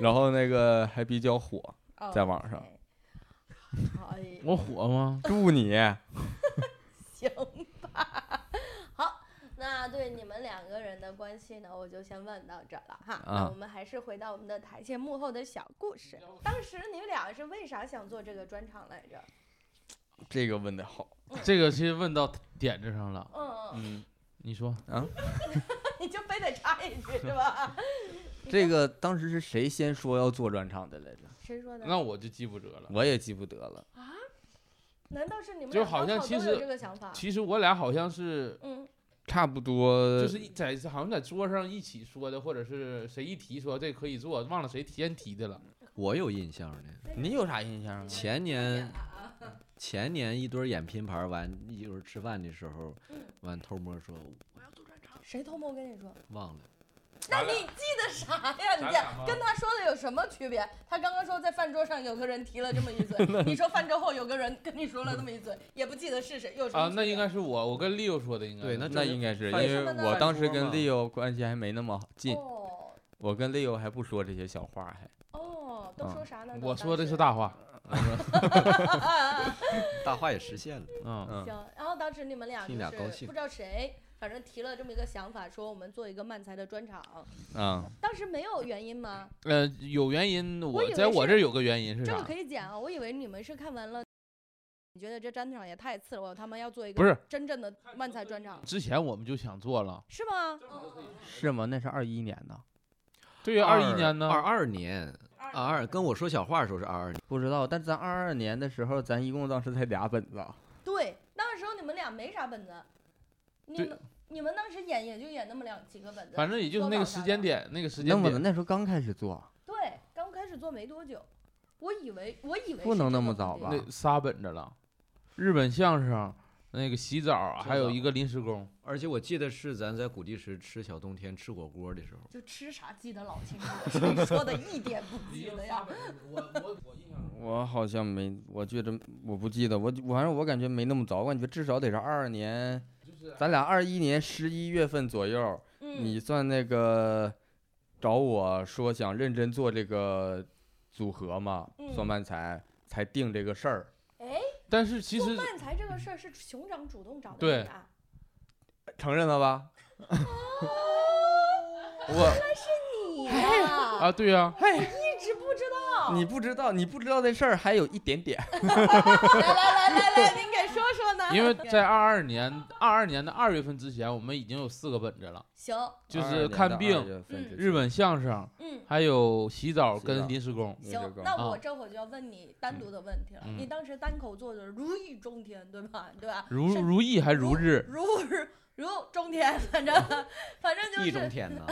Speaker 4: 然后那个还比较火，在网上。
Speaker 2: 哦哎呀，
Speaker 1: 我火吗？
Speaker 4: 祝你
Speaker 2: 行吧。 好，那对你们两个人的关系呢，我就先问到这儿了哈。那
Speaker 4: 啊
Speaker 2: 我们还是回到我们的台前幕后的小故事。当时你们俩是为啥想做这个专场来着？
Speaker 4: 这个问的好，
Speaker 1: 这个是问到点子上了，
Speaker 2: 嗯， 嗯，
Speaker 4: 嗯，
Speaker 1: 你说
Speaker 2: 你就非得插一句是 吧？
Speaker 4: 这个当时是谁先说要做专场的来着？
Speaker 2: 谁说的？
Speaker 1: 那我就记不着了。
Speaker 4: 我也记不得了，
Speaker 2: 难道是你们
Speaker 1: 就
Speaker 2: 俩
Speaker 1: 好
Speaker 2: 刚
Speaker 1: 像其
Speaker 2: 都有
Speaker 1: 实
Speaker 2: 这个想法？
Speaker 1: 其实我俩好像是
Speaker 2: 嗯，
Speaker 4: 差不多
Speaker 1: 就是一在好像在桌上一起说的，或者是谁一提说这可以做，忘了谁先提的了。
Speaker 7: 我有印象呢，
Speaker 4: 你有啥印象啊？
Speaker 7: 前年前年一堆儿演拼盘完，一会儿吃饭的时候
Speaker 2: 嗯，
Speaker 7: 完偷摸说
Speaker 2: 谁偷摸跟你说？
Speaker 7: 忘了，
Speaker 2: 那你记得啥呀？你
Speaker 1: 咱俩吗
Speaker 2: 这跟他说的有什么区别？他刚刚说在饭桌上有个人提了这么一 嘴， 你说饭桌后有个人跟你说了这么一嘴，也不记得是谁，有什么
Speaker 1: 啊，
Speaker 2: 区
Speaker 1: 那
Speaker 2: 别
Speaker 1: 应该是我，我跟 Leo 说的应该
Speaker 7: 对
Speaker 1: 是
Speaker 7: 那
Speaker 4: 那
Speaker 7: 这
Speaker 4: 应该是因
Speaker 7: 饭
Speaker 4: 为
Speaker 2: 桌嘛
Speaker 4: 我当时
Speaker 7: 饭桌
Speaker 4: 跟
Speaker 7: 嘛
Speaker 4: Leo 关系还没那么好近，
Speaker 2: 哦
Speaker 4: 我跟 Leo 还不说这些小话，还
Speaker 2: 哦，都说啥呢？
Speaker 1: 啊
Speaker 2: 啊
Speaker 1: 我说的是 大话，
Speaker 7: 大话也实现了。
Speaker 1: 嗯，
Speaker 4: 嗯
Speaker 2: 行。然后当时你们俩就
Speaker 7: 替你俩
Speaker 2: 是
Speaker 7: 高兴
Speaker 2: 不知道谁，反正提了这么一个想法，说我们做一个漫才的专场。
Speaker 4: 啊，
Speaker 2: 当时没有原因吗？
Speaker 1: 呃，有原因，
Speaker 2: 我以
Speaker 1: 我
Speaker 2: 为
Speaker 1: 在我
Speaker 2: 是
Speaker 1: 这儿有个原因是
Speaker 2: 这个
Speaker 1: 啥
Speaker 2: 可？以剪啊，我以为你们是看完了。你觉得这专场也太次了，我他们要做一个
Speaker 1: 不是
Speaker 2: 真正的漫才专场，
Speaker 1: 之前我们就想做了，
Speaker 2: 是吗？
Speaker 4: 是吗？那是二一年呢，
Speaker 1: 对于二一年呢，
Speaker 7: 二二年，二二跟我说小话的时候是二二年，
Speaker 4: 不知道，但咱二二年的时候，咱一共当时才俩本子，
Speaker 2: 对，那时候你们俩没啥本子，你
Speaker 1: 对
Speaker 2: 们你们当时演也就演那么两几个本子，
Speaker 1: 反正也就是那个时间点，那个时
Speaker 4: 那
Speaker 1: 间
Speaker 4: 么的
Speaker 1: 点，
Speaker 4: 那时候刚开始做，
Speaker 2: 对，刚开始做没多久，我以为我以为
Speaker 4: 不
Speaker 2: 是
Speaker 4: 能
Speaker 2: 这
Speaker 4: 那
Speaker 2: 个目
Speaker 4: 么早
Speaker 2: 的
Speaker 4: 吧
Speaker 1: 那仨本子了，日本相声，那个洗澡，还有一个临时工，
Speaker 7: 而且我记得是咱在古地时吃小冬天吃火锅的时候，
Speaker 2: 就吃啥记得老清楚了，谁说的一点不记得呀？
Speaker 4: 我好像没，我觉得我不记得，我我反正我感觉没那么早，我感觉至少得是二二年，咱俩二一年十一月份左右，
Speaker 2: 嗯，
Speaker 4: 你算那个找我说想认真做这个组合嘛，
Speaker 2: 嗯
Speaker 4: 算漫才才定这个事儿，
Speaker 2: 哎，
Speaker 1: 但是其
Speaker 2: 做
Speaker 1: 实
Speaker 2: 漫才这个事儿是熊掌主动找的
Speaker 1: 对
Speaker 2: 你啊，
Speaker 4: 承认了吧？
Speaker 2: 哦，
Speaker 4: 我
Speaker 2: 你呀、
Speaker 1: 啊，对呀、
Speaker 2: 一直不知道。
Speaker 4: 你不知道，你不知道的事儿还有一点点。
Speaker 2: 来来来来来，您给说说 呢？
Speaker 1: 因为在二二年二二年的二月份之前，我们已经有四个本子了，
Speaker 2: 行，
Speaker 1: 就是看病、
Speaker 2: 嗯
Speaker 1: 日本相声，
Speaker 2: 嗯，
Speaker 1: 还有洗澡
Speaker 4: 洗
Speaker 1: 跟
Speaker 4: 澡
Speaker 1: 临时工。
Speaker 2: 行，那我这会儿就要问你单独的问题了。
Speaker 1: 啊嗯
Speaker 2: 你当时单口做的如日中天，对吧？对吧？
Speaker 1: 如
Speaker 2: 是
Speaker 1: 如意还如 日，
Speaker 2: 如如中天，反正反正就
Speaker 7: 易中
Speaker 2: 是
Speaker 7: 天 呐，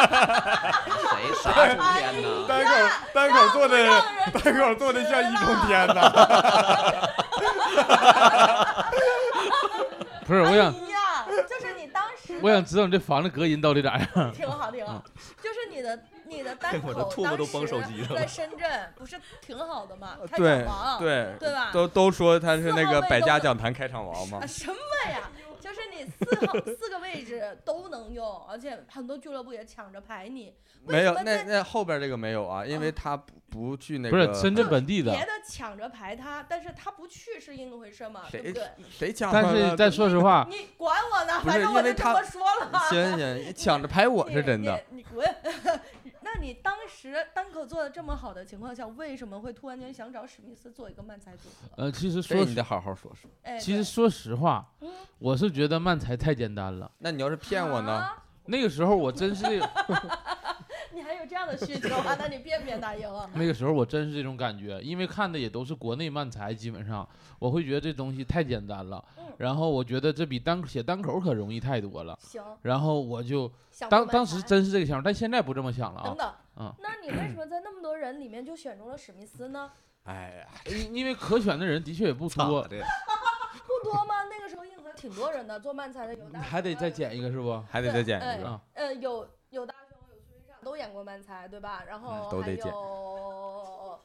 Speaker 7: 谁啥中天 呐？
Speaker 3: 单口单口做的
Speaker 2: 让 人
Speaker 3: 单口做的像易中天呐。
Speaker 1: 不是我想
Speaker 2: 哎呀，就是你当时
Speaker 1: 我想知嗯道你这房子隔音到底咋样？
Speaker 2: 挺好挺好，就是你的你的单口，
Speaker 7: 我的兔子都崩手机了呃
Speaker 2: 在深圳不是挺好的嘛？开
Speaker 3: 对
Speaker 2: 小房，
Speaker 3: 对
Speaker 2: 对吧
Speaker 3: 都都说他是那
Speaker 2: 四号
Speaker 3: 个
Speaker 2: 位
Speaker 3: 百
Speaker 2: 都
Speaker 3: 家
Speaker 2: 有
Speaker 3: 讲坛开场王嘛
Speaker 2: 啊，。什么呀？就是你四号四个位置都能用，而且很多俱乐部也抢着排你。为
Speaker 3: 没
Speaker 2: 什
Speaker 3: 有，
Speaker 2: 么
Speaker 3: 那
Speaker 2: 在
Speaker 3: 那后边这个没有啊，因为
Speaker 2: 啊
Speaker 3: 他不不去那
Speaker 1: 不
Speaker 3: 个。
Speaker 1: 是深圳本地的，
Speaker 2: 别的抢着排他，但是他不去是因为什么？啊对
Speaker 3: 谁
Speaker 2: 不对？
Speaker 3: 谁抢
Speaker 1: 但
Speaker 3: 上
Speaker 1: 是
Speaker 3: 了
Speaker 1: 再说实话，
Speaker 2: 你管我呢？
Speaker 3: 不是
Speaker 2: 反正我
Speaker 3: 因为
Speaker 2: 就这
Speaker 3: 他
Speaker 2: 么说了。啊
Speaker 3: 行行，抢着拍我是真的。
Speaker 2: 你。你你滚！ 那你当时单口做的这么好的情况下，为什么会突然间想找史密斯做一个漫才组合？
Speaker 1: 呃，其实
Speaker 4: 这
Speaker 1: 说
Speaker 4: 你得好好说说。
Speaker 2: 哎，
Speaker 1: 其
Speaker 2: 对
Speaker 1: 实说实话
Speaker 2: 嗯，
Speaker 1: 我是觉得漫才太简单了。
Speaker 3: 那你要是骗我呢？
Speaker 2: 啊
Speaker 1: 那个时候我真是
Speaker 2: 你还有这样的需求啊？那你别别答应啊！
Speaker 1: 那个时候我真是这种感觉，因为看的也都是国内漫才，基本上我会觉得这东西太简单了
Speaker 2: 嗯。
Speaker 1: 然后我觉得这比单写单口可容易太多了。
Speaker 2: 行，
Speaker 1: 然后我就
Speaker 2: 想啊不
Speaker 1: 当
Speaker 2: 明
Speaker 1: 当
Speaker 2: 白
Speaker 1: 时真是这个想法，但现在不这么想了
Speaker 2: 等
Speaker 1: 啊。
Speaker 2: 等，
Speaker 1: 嗯
Speaker 2: 那你为什么在那么多人里面就选中了史密斯呢？
Speaker 3: 哎呀，
Speaker 1: 因因为可选的人的确也不多，
Speaker 7: 对，
Speaker 2: 不多吗？那个时候硬核挺多人的，做漫才的有大
Speaker 1: 你还得
Speaker 2: 熊啊
Speaker 1: 再
Speaker 2: 有
Speaker 1: 剪一个是不？
Speaker 3: 还得再剪
Speaker 2: 哎
Speaker 3: 一个。
Speaker 1: 啊
Speaker 2: 呃，有有大熊，有崔尚，都演过漫才，对吧？然后
Speaker 3: 嗯都
Speaker 2: 还
Speaker 3: 得剪
Speaker 2: 有，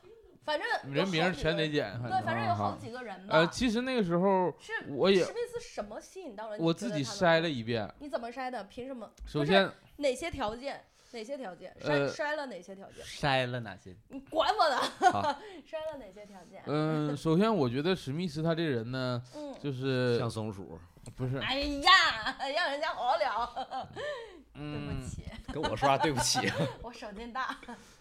Speaker 2: 反正有
Speaker 1: 人名
Speaker 2: 好
Speaker 1: 儿
Speaker 2: 几
Speaker 1: 全
Speaker 2: 个
Speaker 1: 得
Speaker 2: 人
Speaker 1: 剪，
Speaker 2: 对，反正有好
Speaker 1: 啊
Speaker 2: 几个人吧。
Speaker 1: 呃，其实那个时候
Speaker 2: 是
Speaker 1: 我也
Speaker 2: 史密斯什么吸引到了你？
Speaker 1: 我自己筛了。一遍，
Speaker 2: 你怎么筛的？凭什么？
Speaker 1: 首
Speaker 2: 不是
Speaker 1: 先
Speaker 2: 哪些条件？哪些条件？筛
Speaker 1: 呃
Speaker 2: 筛了哪些条件？
Speaker 7: 筛了哪些？
Speaker 2: 你管我呢？
Speaker 7: 好
Speaker 2: 筛了哪些条件？
Speaker 1: 嗯，首先我觉得史密斯他这人呢，
Speaker 2: 嗯，
Speaker 1: 就是
Speaker 7: 像松鼠，
Speaker 1: 不
Speaker 4: 嗯
Speaker 1: 是，
Speaker 2: 哎呀， 让人家好好聊。对
Speaker 1: 嗯
Speaker 2: 不，起，
Speaker 7: 跟我说话啊对不 起。
Speaker 4: 嗯
Speaker 2: 我手劲 大。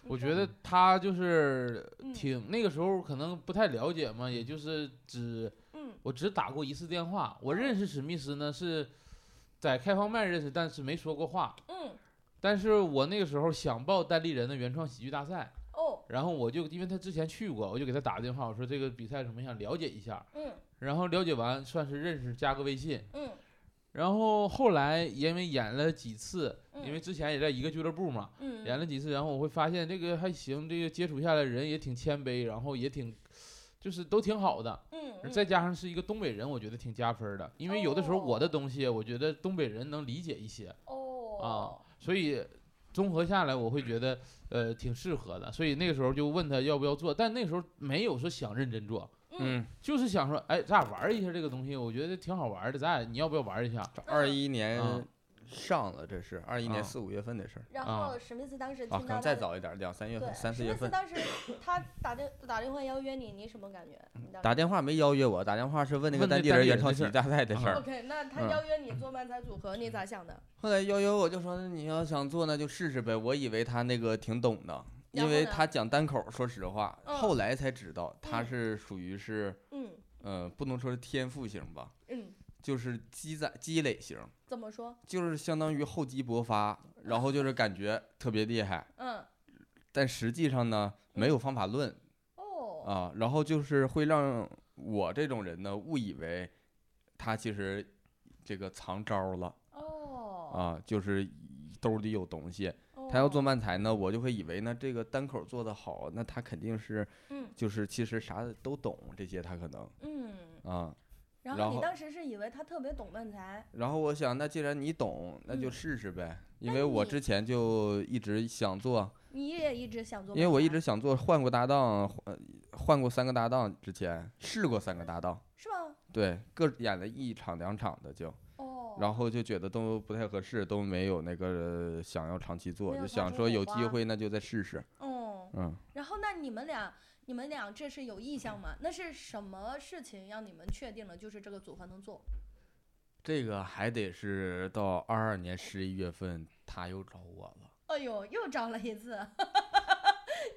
Speaker 1: 我觉得他就是
Speaker 2: 嗯
Speaker 1: 挺那个时候可能不太了解嘛，也就是只
Speaker 2: 嗯
Speaker 1: 我只打过一次电话，我认识史密斯呢是在开放麦认识，但是没说过话。
Speaker 2: 嗯，
Speaker 1: 但是我那个时候想报单立人的原创喜剧大赛，
Speaker 2: 哦，
Speaker 1: 然后我就因为他之前去过，我就给他打个电话，我说这个比赛什么想了解一下，
Speaker 2: 嗯
Speaker 1: 然后了解完算是认识，加个微信，
Speaker 2: 嗯
Speaker 1: 然后后来因为演了几次，
Speaker 2: 嗯
Speaker 1: 因为之前也在一个俱乐部嘛，
Speaker 2: 嗯，
Speaker 1: 演了几次，然后我会发现这个还行，这个接触下来人也挺谦卑，然后也挺，就是都挺好的。
Speaker 2: 嗯，
Speaker 1: 再加上是一个东北人，我觉得挺加分的，因为有的时候我的
Speaker 2: 哦
Speaker 1: 东西，我觉得东北人能理解一些，
Speaker 4: 啊
Speaker 2: 哦，
Speaker 1: 所以综合下来，我会觉得呃挺适合的。所以那个时候就问他要不要做，但那个时候没有说想认真做。
Speaker 2: 嗯
Speaker 4: 嗯，
Speaker 1: 就是想说，哎，咱俩玩一下这个东西，我觉得挺好玩的。咱俩你要不要玩一下？
Speaker 4: 二一年
Speaker 1: 啊
Speaker 4: 上了，这是二一
Speaker 1: 啊
Speaker 4: 年四五月份的事儿
Speaker 2: 然
Speaker 1: 啊
Speaker 2: 后史密斯当时
Speaker 4: 啊，
Speaker 2: 听
Speaker 4: 可
Speaker 2: 到
Speaker 4: 能再
Speaker 2: 他的
Speaker 4: 早一点儿，两三月
Speaker 2: 对
Speaker 4: 份、三四月
Speaker 2: 那次
Speaker 4: 份。
Speaker 2: 当时他打电打电话邀约你，你什么感觉？你当时
Speaker 4: 打电话没邀约我，打电话是问那个
Speaker 1: 问
Speaker 4: 当
Speaker 1: 那
Speaker 4: 地
Speaker 1: 当
Speaker 4: 人
Speaker 1: 地
Speaker 4: 原
Speaker 1: 人
Speaker 4: 创
Speaker 1: 的
Speaker 4: 喜
Speaker 1: 事
Speaker 4: 剧大赛的事儿。
Speaker 2: OK，那他
Speaker 4: 嗯
Speaker 2: 邀约你做漫才组合，你咋想的？
Speaker 4: 后来邀约我就说你要想做那就试试呗，我以为他那个挺懂的，
Speaker 2: 然
Speaker 4: 因
Speaker 2: 后
Speaker 4: 为
Speaker 2: 呢
Speaker 4: 他讲单口，说实话，
Speaker 2: 嗯
Speaker 4: 后来才知道他
Speaker 2: 嗯
Speaker 4: 是属于是
Speaker 2: 嗯
Speaker 4: 呃不能说是天赋型吧，
Speaker 2: 嗯，
Speaker 4: 就是积攒积累型，
Speaker 2: 怎么说？
Speaker 4: 就是相当于厚积薄发，然后就是感觉特别厉害，
Speaker 2: 嗯，
Speaker 4: 但实际上呢没有方法论，
Speaker 2: 哦，
Speaker 4: 啊，然后就是会让我这种人呢误以为他其实这个藏招儿了
Speaker 2: 哦，
Speaker 4: 啊，就是兜里有东西。
Speaker 2: 哦
Speaker 4: 他要做，漫才呢，我就会以为呢这个单口做得好，那他肯定是
Speaker 2: 嗯
Speaker 4: 就是其实啥都懂这些，他可能
Speaker 2: 嗯，
Speaker 4: 啊。
Speaker 2: 然
Speaker 4: 然
Speaker 2: 后你
Speaker 4: 后
Speaker 2: 当时是以为他特别懂漫才，
Speaker 4: 然后我想，那既然你懂，那就
Speaker 2: 嗯
Speaker 4: 试试呗。
Speaker 2: 那
Speaker 4: 因为我
Speaker 2: 你
Speaker 4: 之前就一直想做，
Speaker 2: 你也一直想做漫才，
Speaker 4: 因为我一直想做，换过搭档，换换过三个搭档，之前试过三个搭档，
Speaker 2: 是吗？
Speaker 4: 对，各演了一场两场的就。
Speaker 2: 哦，
Speaker 4: 然后就觉得都不太合适，都没有那个想要长期做，
Speaker 2: 没
Speaker 4: 就
Speaker 2: 有
Speaker 4: 想
Speaker 2: 擦出
Speaker 4: 说
Speaker 2: 火
Speaker 4: 有机
Speaker 2: 花
Speaker 4: 会那就再试试。
Speaker 2: 嗯，
Speaker 4: 嗯，
Speaker 2: 然后那你们俩，你们俩这是有意向吗？那是什么事情让你们确定了就是这个组合能做？
Speaker 4: 这个还得是到二二年十一月份，他又找我了。
Speaker 2: 哎呦，又找了一次，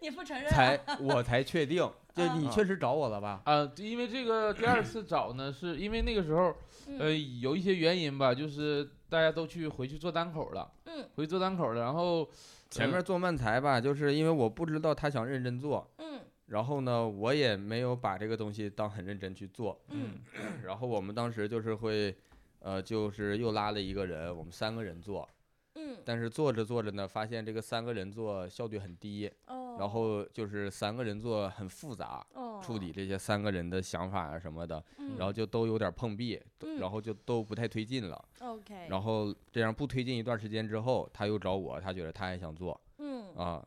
Speaker 2: 你不承认、啊？嗯
Speaker 4: 才我才 确定，就你
Speaker 1: 啊
Speaker 4: 确实找我了吧？
Speaker 1: 啊，因为这个第二次找呢，是因为那个时候，
Speaker 2: 嗯
Speaker 1: 呃，有一些原因吧，就是大家都去回去做单口了，
Speaker 2: 嗯
Speaker 1: 回去做单口了，然后
Speaker 4: 嗯前面做漫才吧，就是因为我不知道他想认真做，
Speaker 2: 嗯
Speaker 4: 然后呢，我也没有把这个东西当很认真去做。
Speaker 2: 嗯
Speaker 4: 然后我们当时就是会，呃，就是又拉了一个人，我们三个人做，
Speaker 2: 嗯
Speaker 4: 但是做着做着呢，发现这个三个人做效率很低，
Speaker 2: 哦，
Speaker 4: 然后就是三个人做很复杂，
Speaker 2: 哦
Speaker 4: 处理这些三个人的想法啊什么的，
Speaker 2: 嗯，
Speaker 4: 然后就都有点碰壁，都
Speaker 2: 嗯哎
Speaker 4: 然后就都不太推进了。
Speaker 2: OK，
Speaker 4: 然后这样不推进一段时间之后，他又找我，他觉得他也想做
Speaker 2: 嗯
Speaker 4: 啊，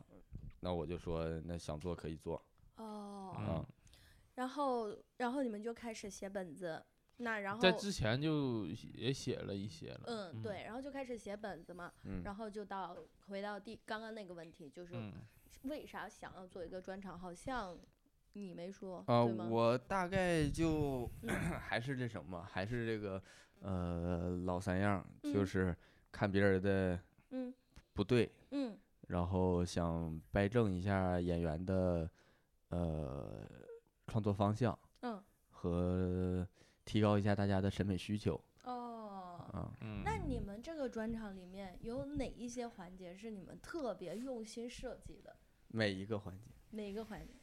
Speaker 4: 那我就说那想做可以做
Speaker 2: 哦，
Speaker 1: 嗯
Speaker 4: 啊，
Speaker 2: 然后然后你们就开始写本子，那然后
Speaker 1: 在之前就也写了一些了，
Speaker 2: 嗯对，然后就开始写本子嘛，
Speaker 4: 嗯
Speaker 2: 然后就到回到第刚刚那个问题，就是
Speaker 1: 嗯，
Speaker 2: 为啥想要做一个专场？好像你没说
Speaker 4: 啊，
Speaker 2: 对吗？
Speaker 4: 我大概就
Speaker 2: 嗯
Speaker 4: 还是这什么，还是这个呃老三样儿，
Speaker 2: 嗯
Speaker 4: 就是看别人的
Speaker 2: 嗯
Speaker 4: 不对，
Speaker 2: 嗯
Speaker 4: 然后想掰正一下演员的呃创作方向
Speaker 2: 嗯
Speaker 4: 和提高一下大家的审美需求
Speaker 2: 哦。
Speaker 4: 啊。
Speaker 2: 那你们这个专场里面有哪一些环节是你们特别用心设计的？
Speaker 4: 每一个环节，
Speaker 2: 哪一个环节，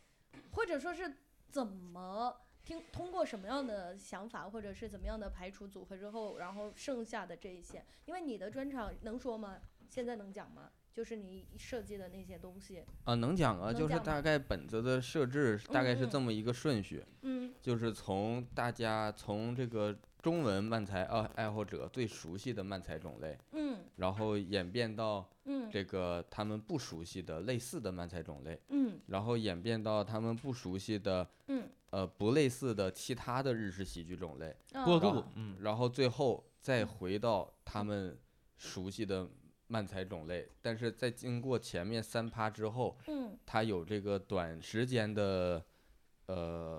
Speaker 2: 或者说是怎么听通过什么样的想法，或者是怎么样的排除组合之后，然后剩下的这一些，因为你的专场能说吗？现在能讲吗？就是你设计的那些东西，
Speaker 4: 啊，能讲啊，
Speaker 2: 能
Speaker 4: 就是
Speaker 2: 讲
Speaker 4: 大
Speaker 2: 吗
Speaker 4: 概本子的设置是大概是
Speaker 2: 嗯
Speaker 4: 这
Speaker 2: 嗯
Speaker 4: 么一个顺序，
Speaker 2: 嗯
Speaker 4: 就是从大家从这个中文漫才啊爱好者最熟悉的漫才种类，
Speaker 2: 嗯
Speaker 4: 然后演变到
Speaker 2: 嗯
Speaker 4: 这个他们不熟悉的类似的漫才种类，
Speaker 2: 嗯
Speaker 4: 然后演变到他们不熟悉的
Speaker 2: 嗯，
Speaker 4: 呃不类似的其他的日式喜剧种类，
Speaker 2: 啊
Speaker 1: 过
Speaker 4: 然
Speaker 1: 渡
Speaker 4: 后，
Speaker 1: 嗯，
Speaker 4: 然后最
Speaker 2: 嗯
Speaker 4: 后再回到他们熟悉的漫才种类，但是在经过前面三趴之后。
Speaker 2: 嗯
Speaker 4: 它有这个短时间的呃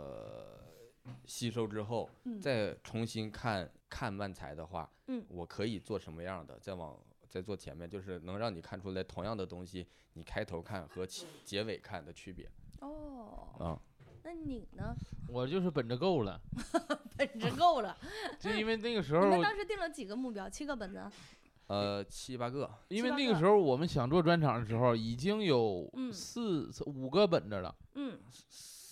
Speaker 4: 吸收之后，
Speaker 2: 嗯
Speaker 4: 再重新看看漫才的话，
Speaker 2: 嗯
Speaker 4: 我可以做什么样的？再往再做前面，就是能让你看出来同样的东西，你开头看和其结尾看的区别
Speaker 2: 哦，
Speaker 4: 啊。
Speaker 2: 那你呢？
Speaker 1: 我就是本着够了，
Speaker 2: 本子够了，
Speaker 1: 就因为那个时
Speaker 2: 你
Speaker 1: 候
Speaker 2: 们，当时定了几个目标？七个本子？
Speaker 4: 呃，七八个，
Speaker 1: 因为
Speaker 2: 七八
Speaker 1: 那个
Speaker 2: 个
Speaker 1: 时候我们想做专场的时候，已经有
Speaker 2: 嗯
Speaker 1: 四五个本子了，
Speaker 2: 嗯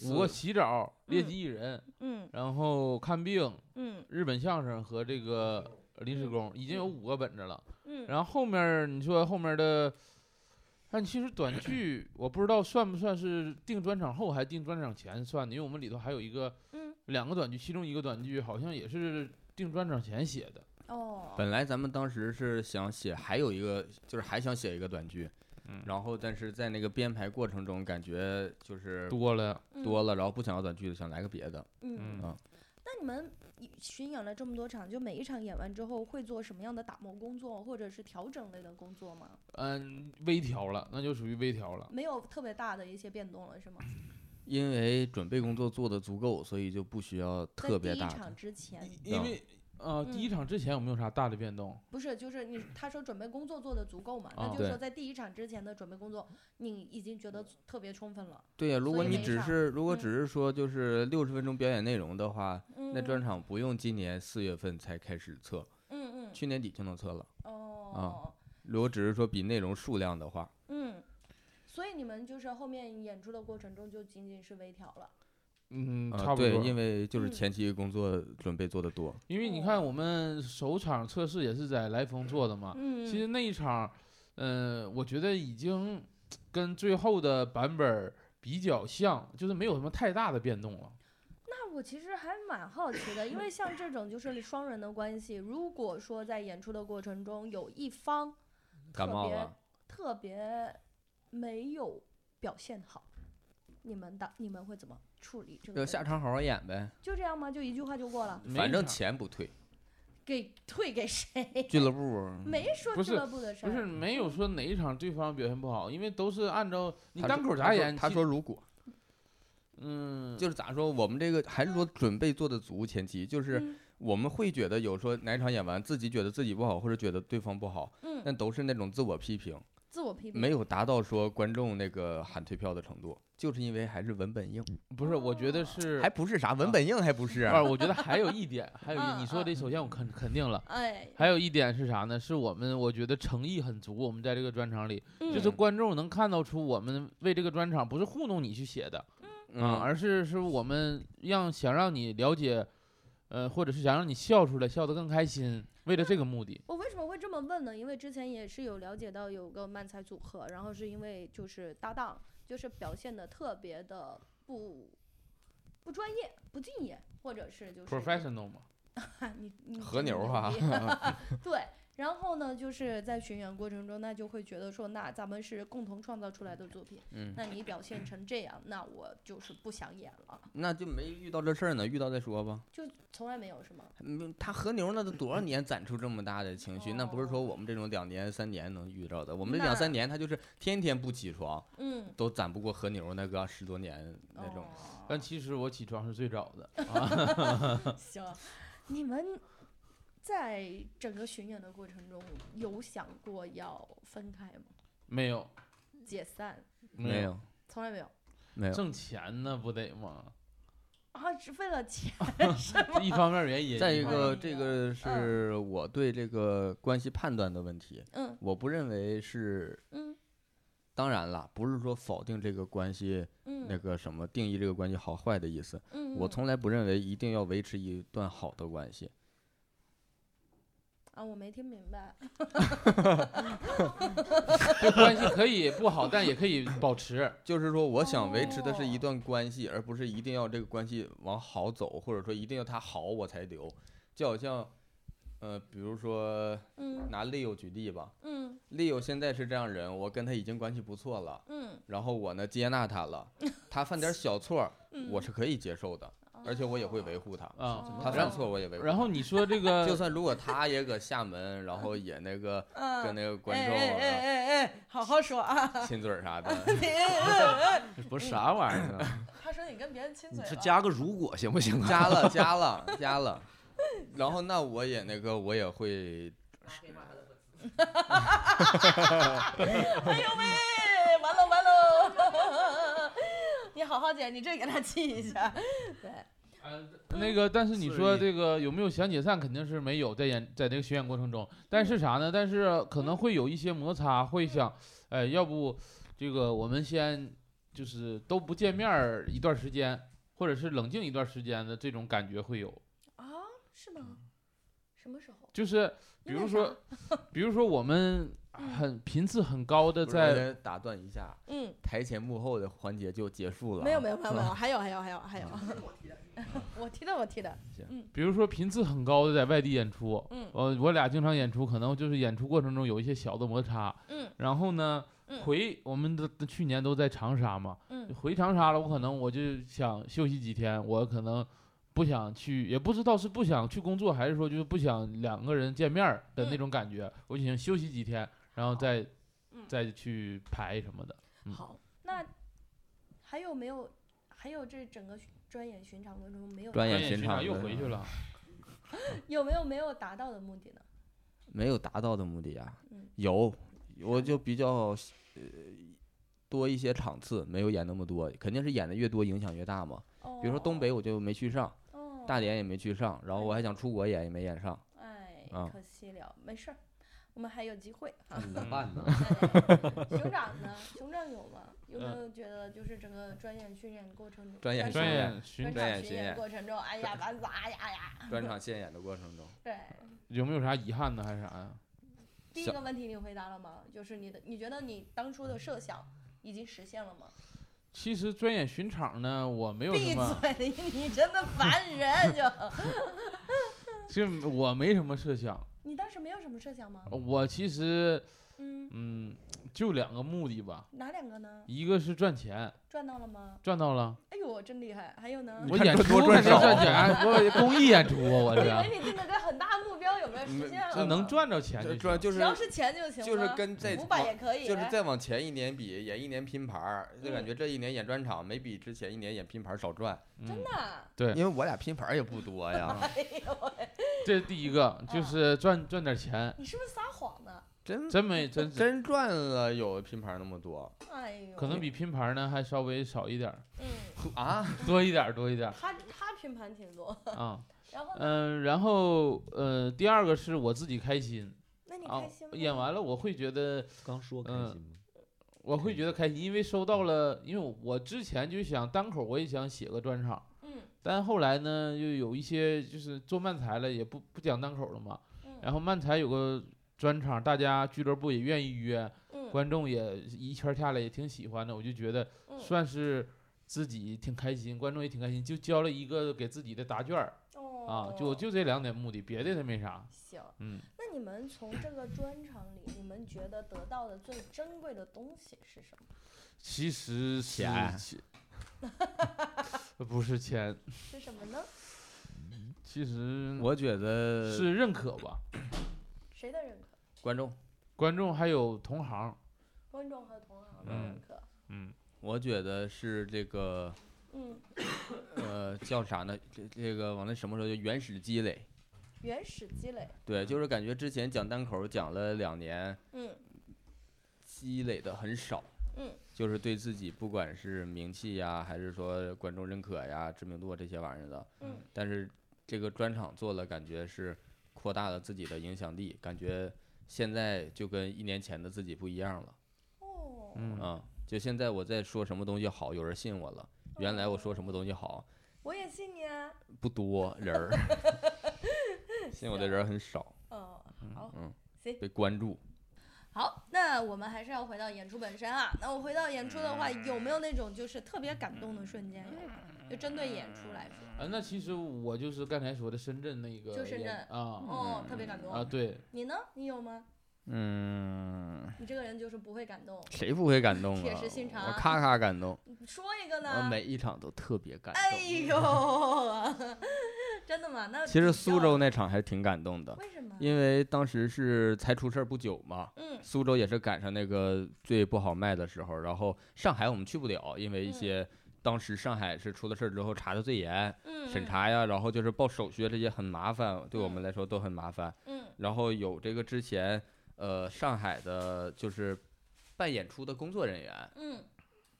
Speaker 1: 五个洗澡、猎
Speaker 2: 嗯
Speaker 1: 奇艺人，
Speaker 2: 嗯
Speaker 1: 然后看病、
Speaker 2: 嗯
Speaker 1: 日本相声和这个临时工，已经有五个本子了。
Speaker 2: 嗯，
Speaker 1: 然后后面儿你说后面儿的，但其实短剧我不知道算不算是定专场后还是定专场前算的，因为我们里头还有一个
Speaker 2: 嗯
Speaker 1: 两个短剧，其中一个短剧好像也是定专场前写的。
Speaker 2: 哦，
Speaker 4: 本来咱们当时是想写，还有一个就是还想写一个短剧，然后但是在那个编排过程中，感觉就是
Speaker 1: 多了，
Speaker 2: 嗯
Speaker 4: 多了，然后不想要短剧，想来个别的。
Speaker 2: 嗯
Speaker 4: 嗯，
Speaker 2: 那你们一巡演了这么多场，就每一场演完之后会做什么样的打磨工作，或者是调整类的工作吗？
Speaker 1: 嗯，微调了，那就属于微调
Speaker 4: 啊
Speaker 1: 了。
Speaker 2: 没有特别大的一些变动了，是吗？
Speaker 4: 因为准备工作做得足够，所以就不需要特别
Speaker 2: 在
Speaker 4: 大
Speaker 2: 第一
Speaker 4: 的
Speaker 2: 场之前，
Speaker 1: 因因为
Speaker 2: 嗯
Speaker 1: 呃，第一场之前有没有啥大的变动？
Speaker 2: 不是就是你他说准备工作做的足够嘛？
Speaker 1: 啊
Speaker 2: 那就是说
Speaker 4: 对嗯
Speaker 2: 在第一场之前的准备工作，你已经觉得特别充分了。
Speaker 4: 对呀、如
Speaker 2: 所
Speaker 4: 果
Speaker 2: 以
Speaker 4: 你
Speaker 2: 没
Speaker 4: 只
Speaker 2: 上
Speaker 4: 是如果
Speaker 2: 嗯
Speaker 4: 只是说就是六十分钟表演内容的话，
Speaker 2: 嗯，
Speaker 4: 那专场不用今年四月份才开始测，
Speaker 2: 嗯嗯
Speaker 4: 去年底就能测了。啊
Speaker 2: 哦
Speaker 4: 如果只是说比内容数量的话，
Speaker 2: 嗯，所以你们就是后面演出的过程中就仅仅是微调了。
Speaker 1: 嗯，
Speaker 4: 呃
Speaker 1: 差不多。
Speaker 4: 对，因为就是
Speaker 2: 嗯
Speaker 4: 前期工作准备做得多，
Speaker 1: 因为你看我们首场测试也是在来风做的嘛，
Speaker 2: 嗯，
Speaker 1: 啊其实那一场，嗯、我觉得已经跟最后的版本儿比较像，就是没有什么太大的变动了。
Speaker 2: 那我其实还蛮好奇的，因为像这种就是双人的关系，如果说在演出的过程中有一方特
Speaker 4: 感冒啊
Speaker 2: 别
Speaker 4: 了。
Speaker 2: 特别没有表现好，你们的你们会怎么处理这个
Speaker 4: 就
Speaker 2: 问
Speaker 4: 下
Speaker 2: 题？
Speaker 4: 场好好演呗，
Speaker 2: 就这样吗？就一句话就过了？
Speaker 1: 没
Speaker 4: 反正
Speaker 1: 啥
Speaker 4: 钱不退，
Speaker 2: 给退给谁？
Speaker 4: 俱乐部
Speaker 2: 没说
Speaker 1: 不
Speaker 2: 俱
Speaker 1: 是
Speaker 2: 乐部的事
Speaker 1: 不是
Speaker 2: 儿，
Speaker 1: 没有说哪一场对方表现不好，因为都是按照你
Speaker 4: 他
Speaker 1: 单
Speaker 4: 说
Speaker 1: 口
Speaker 4: 他
Speaker 1: 咋
Speaker 4: 说
Speaker 1: 演，
Speaker 4: 他
Speaker 1: 其
Speaker 4: 说如果
Speaker 1: 嗯，
Speaker 4: 就是咋说，我们这个还是说准备做的足，前期就是
Speaker 2: 嗯
Speaker 4: 我们会觉得有说哪场演完自己觉得自己不好，或者觉得对方不好，
Speaker 2: 嗯，
Speaker 1: 呃
Speaker 4: 但都是那种自我批评，
Speaker 2: 自我批评
Speaker 4: 没有达到说观众那个喊退票的程度，就是因为还是文本硬，
Speaker 1: 不是，我觉得是啊
Speaker 4: 还不是啥文本硬，还不是
Speaker 1: 不是，我觉得还有一点，还有一
Speaker 2: 嗯
Speaker 1: 点，你说
Speaker 2: 嗯
Speaker 1: 这首先我肯肯定了。
Speaker 2: 哎，
Speaker 1: 还有一点是啥呢？是我们我觉得诚意很足。我们在这个专场里，就
Speaker 2: 嗯
Speaker 1: 是观众能看到出我们为这个专场不是糊弄你去写的，啊，
Speaker 4: 嗯，
Speaker 1: 而是是我们让想让你了解，呃，或者是想让你笑出来，笑得更开心，为了这个目的。
Speaker 2: 我为什么会这么问呢？因为之前也是有了解到有个漫才组合，然后是因为就是搭档就是表现的特别的不不专业、不敬业，或者是就是
Speaker 1: professional 嘛，
Speaker 2: 你你
Speaker 4: 和牛
Speaker 2: 啊
Speaker 4: 啊，
Speaker 2: 对。然后呢，就是在巡演过程中，那就会觉得说，那咱们是共同创造出来的作品，
Speaker 4: 嗯
Speaker 2: 那你表现成这样，那我就是不想演了，
Speaker 4: 那就没遇到这事儿呢，遇到再说吧。
Speaker 2: 就从来没有是吗？
Speaker 4: 嗯，他和牛那都多少年攒出这么大的情绪，那不是说我们这种两年三年能遇到的。我们这两三
Speaker 2: 那
Speaker 4: 年他就是天天不起床，
Speaker 2: 嗯，
Speaker 4: 都攒不过和牛那个十多年那种。
Speaker 2: 哦
Speaker 1: 但其实我起床是最早的。
Speaker 2: 行，你们在整个巡演的过程中有想过要分开吗？
Speaker 1: 没有，
Speaker 2: 解散？
Speaker 4: 没，有，
Speaker 2: 从来没有
Speaker 4: 没有。
Speaker 1: 挣钱呢不得吗？
Speaker 2: 啊，只为了钱是
Speaker 1: 这
Speaker 2: 吗？
Speaker 1: 一方面原因，
Speaker 4: 再一
Speaker 1: 方面
Speaker 4: 个，
Speaker 2: 个
Speaker 4: 这个是我对这个关系判断的问题，
Speaker 2: 嗯
Speaker 4: 我不认为是。
Speaker 2: 嗯
Speaker 4: 当然了，不是说否定这个关系，
Speaker 2: 嗯，
Speaker 4: 那个什么定义这个关系好坏的意思。
Speaker 2: 嗯，
Speaker 4: 我
Speaker 2: 嗯
Speaker 4: 从来不认为一定要维持一段好的关系。
Speaker 2: 啊，我没听明白。
Speaker 1: 这关系可以不好，但也可以保 持。
Speaker 4: 就是说，我想维持的是
Speaker 2: 哦
Speaker 4: 一段关系，而不是一定要这个关系往好走，或者说一定要它好我才留。就好像，呃，比如说
Speaker 2: 嗯
Speaker 4: 拿 Leo 举例吧
Speaker 2: 嗯
Speaker 4: ，Leo 现在是这样人，我跟他已经关系不错了，
Speaker 2: 嗯
Speaker 4: 然后我呢接纳他 了，他犯点小错儿，
Speaker 2: 嗯，哦
Speaker 4: 我是可以接受的，而且我也会维护他。
Speaker 1: 啊，
Speaker 4: 他
Speaker 1: 然
Speaker 4: 犯
Speaker 1: 后
Speaker 4: 错我也维护。
Speaker 1: 然后，你说这个，
Speaker 4: 就算如果他也搁厦门，然后也那个
Speaker 2: 嗯
Speaker 4: 跟那个观
Speaker 2: 哎哎哎
Speaker 4: 众
Speaker 2: 哎哎，好好说 啊！
Speaker 4: 啊亲嘴儿啥的，
Speaker 7: 不是啥玩意儿啊？
Speaker 2: 他说你跟别人亲
Speaker 7: 你
Speaker 1: 啊
Speaker 2: 嘴
Speaker 7: 是
Speaker 2: 了，
Speaker 7: 加个如果行不行啊？
Speaker 4: 加了加了加了，然后那我也那个我也会
Speaker 2: 哎呦喂，完了完了！ 你好好姐，你这给他记一下。
Speaker 1: 呃那个，但是你说这个有没有想解散，肯定是没有，在演在这个巡演过程中，但是啥呢？但是可能会有一些摩擦，会想，哎，要不这个我们先就是都不见面儿一段时间，或者是冷静一段时间的这种感觉会有，
Speaker 2: 啊，是吗？什么时候？
Speaker 1: 就是比
Speaker 2: 因为
Speaker 1: 如说，比如说我们很频次很高的
Speaker 4: 不是
Speaker 1: 在，
Speaker 4: 打断一下，
Speaker 2: 嗯，
Speaker 4: 台前幕后的环节就结束了。
Speaker 2: 没有没有没有没有，还有还有还有还有，
Speaker 4: 啊
Speaker 2: 我提的我提的，
Speaker 1: 比如说频次很高的在外地演出，
Speaker 2: 嗯
Speaker 1: 我我俩经常演出，可能就是演出过程中有一些小的摩擦，
Speaker 2: 嗯
Speaker 1: 然后呢
Speaker 2: 嗯，
Speaker 1: 回我们的的去年都在长沙嘛，
Speaker 2: 嗯
Speaker 1: 回长沙了，我可能我就想休息几天，我可能不想去，也不知道是不想去工作，还是说就是不想两个人见面儿的那
Speaker 2: 嗯
Speaker 1: 种感觉，我就想休息几天，然后再、
Speaker 2: 嗯
Speaker 1: 再去排什么的。嗯
Speaker 2: 好，那还有没有？还有这整个巡专演巡场过程中没有
Speaker 4: 专
Speaker 1: 转
Speaker 4: 演
Speaker 1: 眼
Speaker 4: 巡
Speaker 1: 巡
Speaker 4: 场
Speaker 1: 又
Speaker 4: 的
Speaker 1: 回去了，
Speaker 2: 有没有没有达到的目的呢？
Speaker 4: 没有达到的目的啊
Speaker 2: 嗯，
Speaker 4: 有，我就比较呃多一些场次，没有演那么多，肯定是演的越多影响越大嘛。
Speaker 2: 哦，
Speaker 4: 比如说东北我就没去上，
Speaker 2: 哦，
Speaker 4: 大连也没去上，然后我还想出国演也没演 上。
Speaker 2: 哎，
Speaker 4: 啊
Speaker 2: 可惜了，没事儿，我们还有机 会啊。
Speaker 7: 怎么办呢？
Speaker 2: 熊掌呢？熊掌有吗？有没有觉得就是整个专业训练过程中，
Speaker 4: 嗯专业
Speaker 1: 专
Speaker 4: 嗯巡演
Speaker 1: 业巡
Speaker 2: 专
Speaker 4: 专
Speaker 2: 场
Speaker 4: 业
Speaker 2: 巡
Speaker 4: 巡
Speaker 2: 演
Speaker 4: 演
Speaker 2: 过程中，哎呀，完咋呀呀？
Speaker 4: 专场现演的过程中，
Speaker 2: 对，
Speaker 1: 有没有啥遗憾呢？还是啥呀？
Speaker 2: 第一
Speaker 4: 小
Speaker 2: 个问题你回答了吗？就是你的，你觉得你当初的设想已经实现了吗？
Speaker 1: 其实专演巡场呢，我没有什
Speaker 2: 闭
Speaker 1: 么，
Speaker 2: 嘴！你真的 烦人就。
Speaker 1: 其实我没什么设想。
Speaker 2: 你当时没有什么设想吗？
Speaker 1: 我其实，
Speaker 2: 嗯
Speaker 1: 嗯，就两个目的吧，
Speaker 2: 哪两个呢？
Speaker 1: 一个是赚钱，
Speaker 2: 赚到了吗？
Speaker 1: 赚到了，
Speaker 2: 哎呦，真厉害！还有呢？
Speaker 1: 我
Speaker 3: 看
Speaker 1: 演
Speaker 3: 赚
Speaker 1: 出
Speaker 3: 多赚
Speaker 1: 肯定
Speaker 3: 少
Speaker 1: 赚钱啊，我公益演出啊，我
Speaker 2: 我以
Speaker 1: 是，
Speaker 2: 为你定了个很大目标，有没有实现了？
Speaker 1: 这能，赚着钱就行
Speaker 3: 赚就
Speaker 2: 只
Speaker 3: 是
Speaker 2: 要是钱就行了。
Speaker 3: 就是跟在
Speaker 2: 五百
Speaker 3: 往
Speaker 2: 也可以。哎嗯
Speaker 3: 就是再往前一年比，演一年拼盘儿，就感觉这一年演专场没比之前一年演拼盘儿少赚，
Speaker 2: 真
Speaker 1: 嗯
Speaker 2: 的 啊。
Speaker 1: 对
Speaker 3: 因为我俩拼盘儿也不多呀，
Speaker 2: 哎呦喂，
Speaker 1: 这是第一个，就
Speaker 2: 啊
Speaker 1: 是赚赚点钱，
Speaker 2: 你是不是撒谎呢？
Speaker 3: 真
Speaker 1: 真没真是
Speaker 3: 真赚了有拼盘儿那么多
Speaker 2: 哎呦，
Speaker 1: 可能比拼盘呢还稍微少一点儿，
Speaker 2: 嗯，
Speaker 3: 啊？
Speaker 1: 多一点儿多一点儿
Speaker 2: 他他拼盘挺多，
Speaker 1: 啊。
Speaker 2: 然后呢？
Speaker 1: 嗯，然后呃，第二个是我自己开心
Speaker 2: 那你
Speaker 1: 啊
Speaker 2: 开心，吗？
Speaker 1: 演完了我会觉得
Speaker 7: 刚说开
Speaker 1: 嗯
Speaker 7: 心吗？
Speaker 1: 我会觉得开心，因为收到了，因为我我之前就想单口，我也想写个专场，
Speaker 2: 嗯
Speaker 1: 但后来呢，又有一些就是做漫才了，也不不讲单口了嘛。
Speaker 2: 嗯
Speaker 1: 然后漫才有个专场，大家俱乐部也愿意约，
Speaker 2: 嗯
Speaker 1: 观众也一圈儿下来也挺喜欢的，我就觉得
Speaker 2: 嗯，
Speaker 1: 算是自己挺开心，观众也挺开心，就交了一个给自己的答卷儿啊
Speaker 2: 哦，
Speaker 1: 就就这两点目的，别的它没啥。
Speaker 2: 行。
Speaker 1: 嗯，
Speaker 2: 那你们从这个专场里，你们觉得得到的最珍贵的东西是什么？
Speaker 1: 其实是
Speaker 7: 钱
Speaker 1: 其， 不是钱，
Speaker 2: 是什么呢？
Speaker 1: 其实
Speaker 4: 我觉得
Speaker 1: 是认可吧，
Speaker 2: 谁的认可？
Speaker 4: 观众，
Speaker 1: 观众还有同行，
Speaker 2: 观众和同行的
Speaker 1: 嗯
Speaker 2: 认可。
Speaker 1: 嗯，
Speaker 4: 我觉得是这个
Speaker 2: 嗯，
Speaker 4: 呃叫啥呢？这这个往那什么时候就原始积累。
Speaker 2: 原始积累。
Speaker 4: 对，就是感觉之前讲单口讲了两年，
Speaker 2: 嗯
Speaker 4: 积累的很少，
Speaker 2: 嗯，
Speaker 4: 就是对自己不管是名气呀，还是说观众认可呀、知名度啊这些玩意儿的，
Speaker 2: 嗯，
Speaker 4: 但是这个专场做了，感觉是扩大了自己的影响力，感觉现在就跟一年前的自己不一样了，
Speaker 2: 哦。
Speaker 1: 嗯
Speaker 4: 啊，就现在我在说什么东西好，有人信我了，原来我说什么东西好
Speaker 2: 我也信你啊。
Speaker 4: 不多人 儿，信我的人儿很少，
Speaker 2: 哦，好，
Speaker 4: 嗯
Speaker 2: 行。
Speaker 4: 被关注。
Speaker 2: 好，那我们还是要回到演出本身啊。那我回到演出的话，有没有那种就是特别感动的瞬间？有吗就针对演出来说，
Speaker 1: 啊，那其实我就是刚才说的深圳那个
Speaker 2: 就深
Speaker 1: 演
Speaker 2: 圳
Speaker 1: 啊
Speaker 2: 哦，特别感
Speaker 1: 啊，
Speaker 2: 动。
Speaker 1: 对，
Speaker 2: 你呢？你有吗？
Speaker 4: 嗯，
Speaker 2: 你这个人就是不会感动。
Speaker 4: 谁不会感动啊？
Speaker 2: 铁石心肠
Speaker 4: 我咔咔感动，
Speaker 2: 说一个
Speaker 1: 呃
Speaker 4: 我
Speaker 2: 呢？
Speaker 4: 每一场都特别感
Speaker 2: 哎
Speaker 4: 动。
Speaker 2: 呦， 真的吗？那
Speaker 4: 其实
Speaker 2: 比
Speaker 4: 苏
Speaker 2: 较
Speaker 4: 州那场还挺感动的，
Speaker 2: 为什么？
Speaker 4: 因为当时是才出事儿不久嘛，
Speaker 2: 嗯
Speaker 4: 苏州也是赶上那个最不好卖的时候，然后上海我们去不了，因为一
Speaker 2: 嗯
Speaker 4: 些当时上海是出了事儿之后查的最严，
Speaker 2: 嗯，
Speaker 4: 审
Speaker 2: 嗯，
Speaker 4: 查呀，然后就是报手续这些很麻烦，对我
Speaker 2: 嗯
Speaker 4: 们来说都很麻烦。
Speaker 2: 嗯
Speaker 4: 然后有这个之前，呃，上海的就是办演出的工作人员，
Speaker 2: 嗯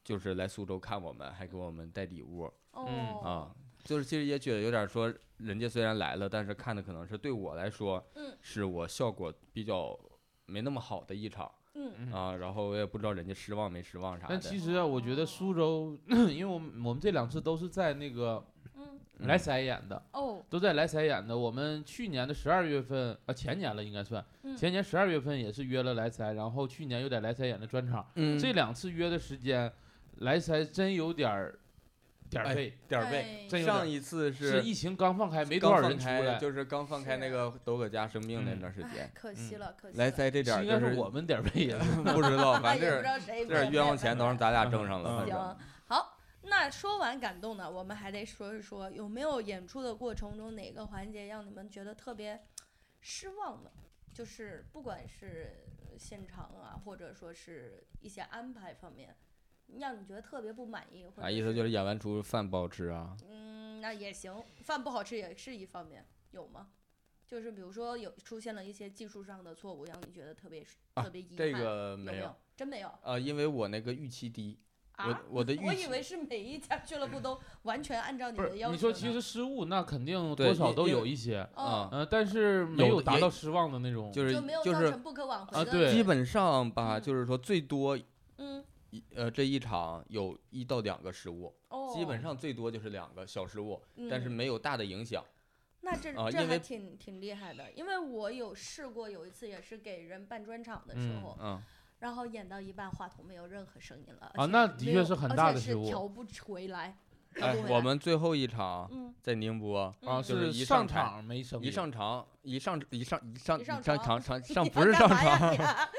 Speaker 4: 就是来苏州看我们，还给我们带礼物
Speaker 2: 哦
Speaker 4: 啊。就是其实也觉得有点说，人家虽然来了，但是看的可能是对我来说，
Speaker 2: 嗯
Speaker 4: 是我效果比较没那么好的一场
Speaker 2: 嗯
Speaker 1: 嗯
Speaker 4: 啊。然后我也不知道人家失望没失望啥
Speaker 1: 但
Speaker 4: 的
Speaker 1: 其。实啊，我觉得苏州， 因为我们我们这两次都是在那个
Speaker 2: 嗯
Speaker 1: 来塞演的，
Speaker 2: 哦
Speaker 1: 都在来塞演的。我们去年的十二月份啊，前年了应该算，
Speaker 2: 嗯
Speaker 1: 前年十二月份也是约了来塞，然后去年又在来塞演的专场。
Speaker 4: 嗯
Speaker 1: 这两次约的时间，来塞真有点儿点儿
Speaker 3: 哎
Speaker 1: 背，
Speaker 3: 点儿背。
Speaker 2: 哎
Speaker 1: 真有点
Speaker 4: 上
Speaker 1: 儿
Speaker 4: 一次
Speaker 1: 是
Speaker 4: 是
Speaker 1: 疫情刚放开，没多
Speaker 4: 刚
Speaker 1: 少
Speaker 4: 放
Speaker 1: 人出
Speaker 4: 开
Speaker 1: 来，
Speaker 4: 就是刚放开那
Speaker 2: 是啊
Speaker 4: 个都搁家生病那
Speaker 1: 嗯
Speaker 4: 段时
Speaker 2: 哎
Speaker 4: 间。
Speaker 2: 可惜了，可惜
Speaker 4: 来
Speaker 2: 了
Speaker 4: 塞这点儿
Speaker 1: 应
Speaker 4: 就
Speaker 1: 该
Speaker 4: 是
Speaker 1: 是我们点儿 背呀。
Speaker 4: 不知道，
Speaker 2: 哎也
Speaker 4: 反
Speaker 2: 不知
Speaker 4: 正
Speaker 2: 道谁
Speaker 4: 这点冤枉钱都让咱俩挣上了，反正
Speaker 2: 嗯行好。那说完感动的，我们还得说一说有没有演出的过程中哪个环节让你们觉得特别失望的？就是不管是现场啊，或者说是一些安排方面，让你觉得特别不满意，或者
Speaker 4: 啊，意思就是演完出饭不好吃啊。
Speaker 2: 嗯，那也行，饭不好吃也是一方面，有吗？就是比如说有出现了一些技术上的错误，让你觉得特别是、
Speaker 4: 啊
Speaker 2: 特别遗憾，
Speaker 4: 这个
Speaker 2: 有没
Speaker 4: 没有，
Speaker 2: 真没有
Speaker 4: 呃，因为我那个预期低，我
Speaker 2: 啊？
Speaker 4: 我的预
Speaker 2: 我
Speaker 4: 期
Speaker 2: 以为是每一家俱乐部都完全按照你
Speaker 1: 不是
Speaker 2: 的，要求呢。
Speaker 1: 你说其实失误那肯定
Speaker 4: 对
Speaker 1: 多少
Speaker 4: 因
Speaker 1: 都
Speaker 4: 因为
Speaker 1: 有一些，
Speaker 2: 哦，
Speaker 4: 啊，
Speaker 1: 嗯，但是没
Speaker 4: 有
Speaker 1: 有
Speaker 4: 的
Speaker 1: 达
Speaker 4: 也
Speaker 1: 到失望的那种。
Speaker 4: 就是
Speaker 2: 就没有
Speaker 4: 就
Speaker 2: 造
Speaker 4: 是
Speaker 2: 成不可挽回
Speaker 1: 啊
Speaker 2: 的。
Speaker 1: 对
Speaker 4: 基本上吧，
Speaker 2: 嗯
Speaker 4: 就是说最多
Speaker 2: 嗯
Speaker 4: 一呃这一场有一到两个失误，
Speaker 2: 哦，
Speaker 4: 基本上最多就是两个小失误，但是
Speaker 2: 嗯
Speaker 4: 没有大的影响。
Speaker 2: 那这、
Speaker 4: 啊
Speaker 2: 这
Speaker 4: 因
Speaker 2: 还
Speaker 4: 为
Speaker 2: 挺挺厉害的，因为我有试过有一次也是给人办专场的时
Speaker 1: 嗯
Speaker 2: 候，
Speaker 4: 嗯，
Speaker 2: 然后演到一半话筒没有任何声音了
Speaker 1: 啊
Speaker 2: 而且
Speaker 1: 那的
Speaker 2: 没
Speaker 1: 确
Speaker 2: 有
Speaker 1: 是很
Speaker 2: 而
Speaker 1: 大
Speaker 2: 且
Speaker 1: 的
Speaker 2: 是
Speaker 1: 失误
Speaker 2: 调不回来，
Speaker 4: 哎
Speaker 2: 不回，来啊
Speaker 4: 我们最后一场
Speaker 2: 嗯
Speaker 4: 在宁波，
Speaker 1: 啊，
Speaker 2: 嗯
Speaker 4: 就是一
Speaker 1: 上
Speaker 4: 上台
Speaker 1: 场没声音，
Speaker 4: 一上场一上一上一上
Speaker 2: 一
Speaker 4: 一
Speaker 2: 上
Speaker 4: 上
Speaker 2: 床
Speaker 4: 场 场上
Speaker 2: 你
Speaker 4: 不
Speaker 2: 要
Speaker 4: 是
Speaker 2: 干
Speaker 4: 上
Speaker 2: 嘛呀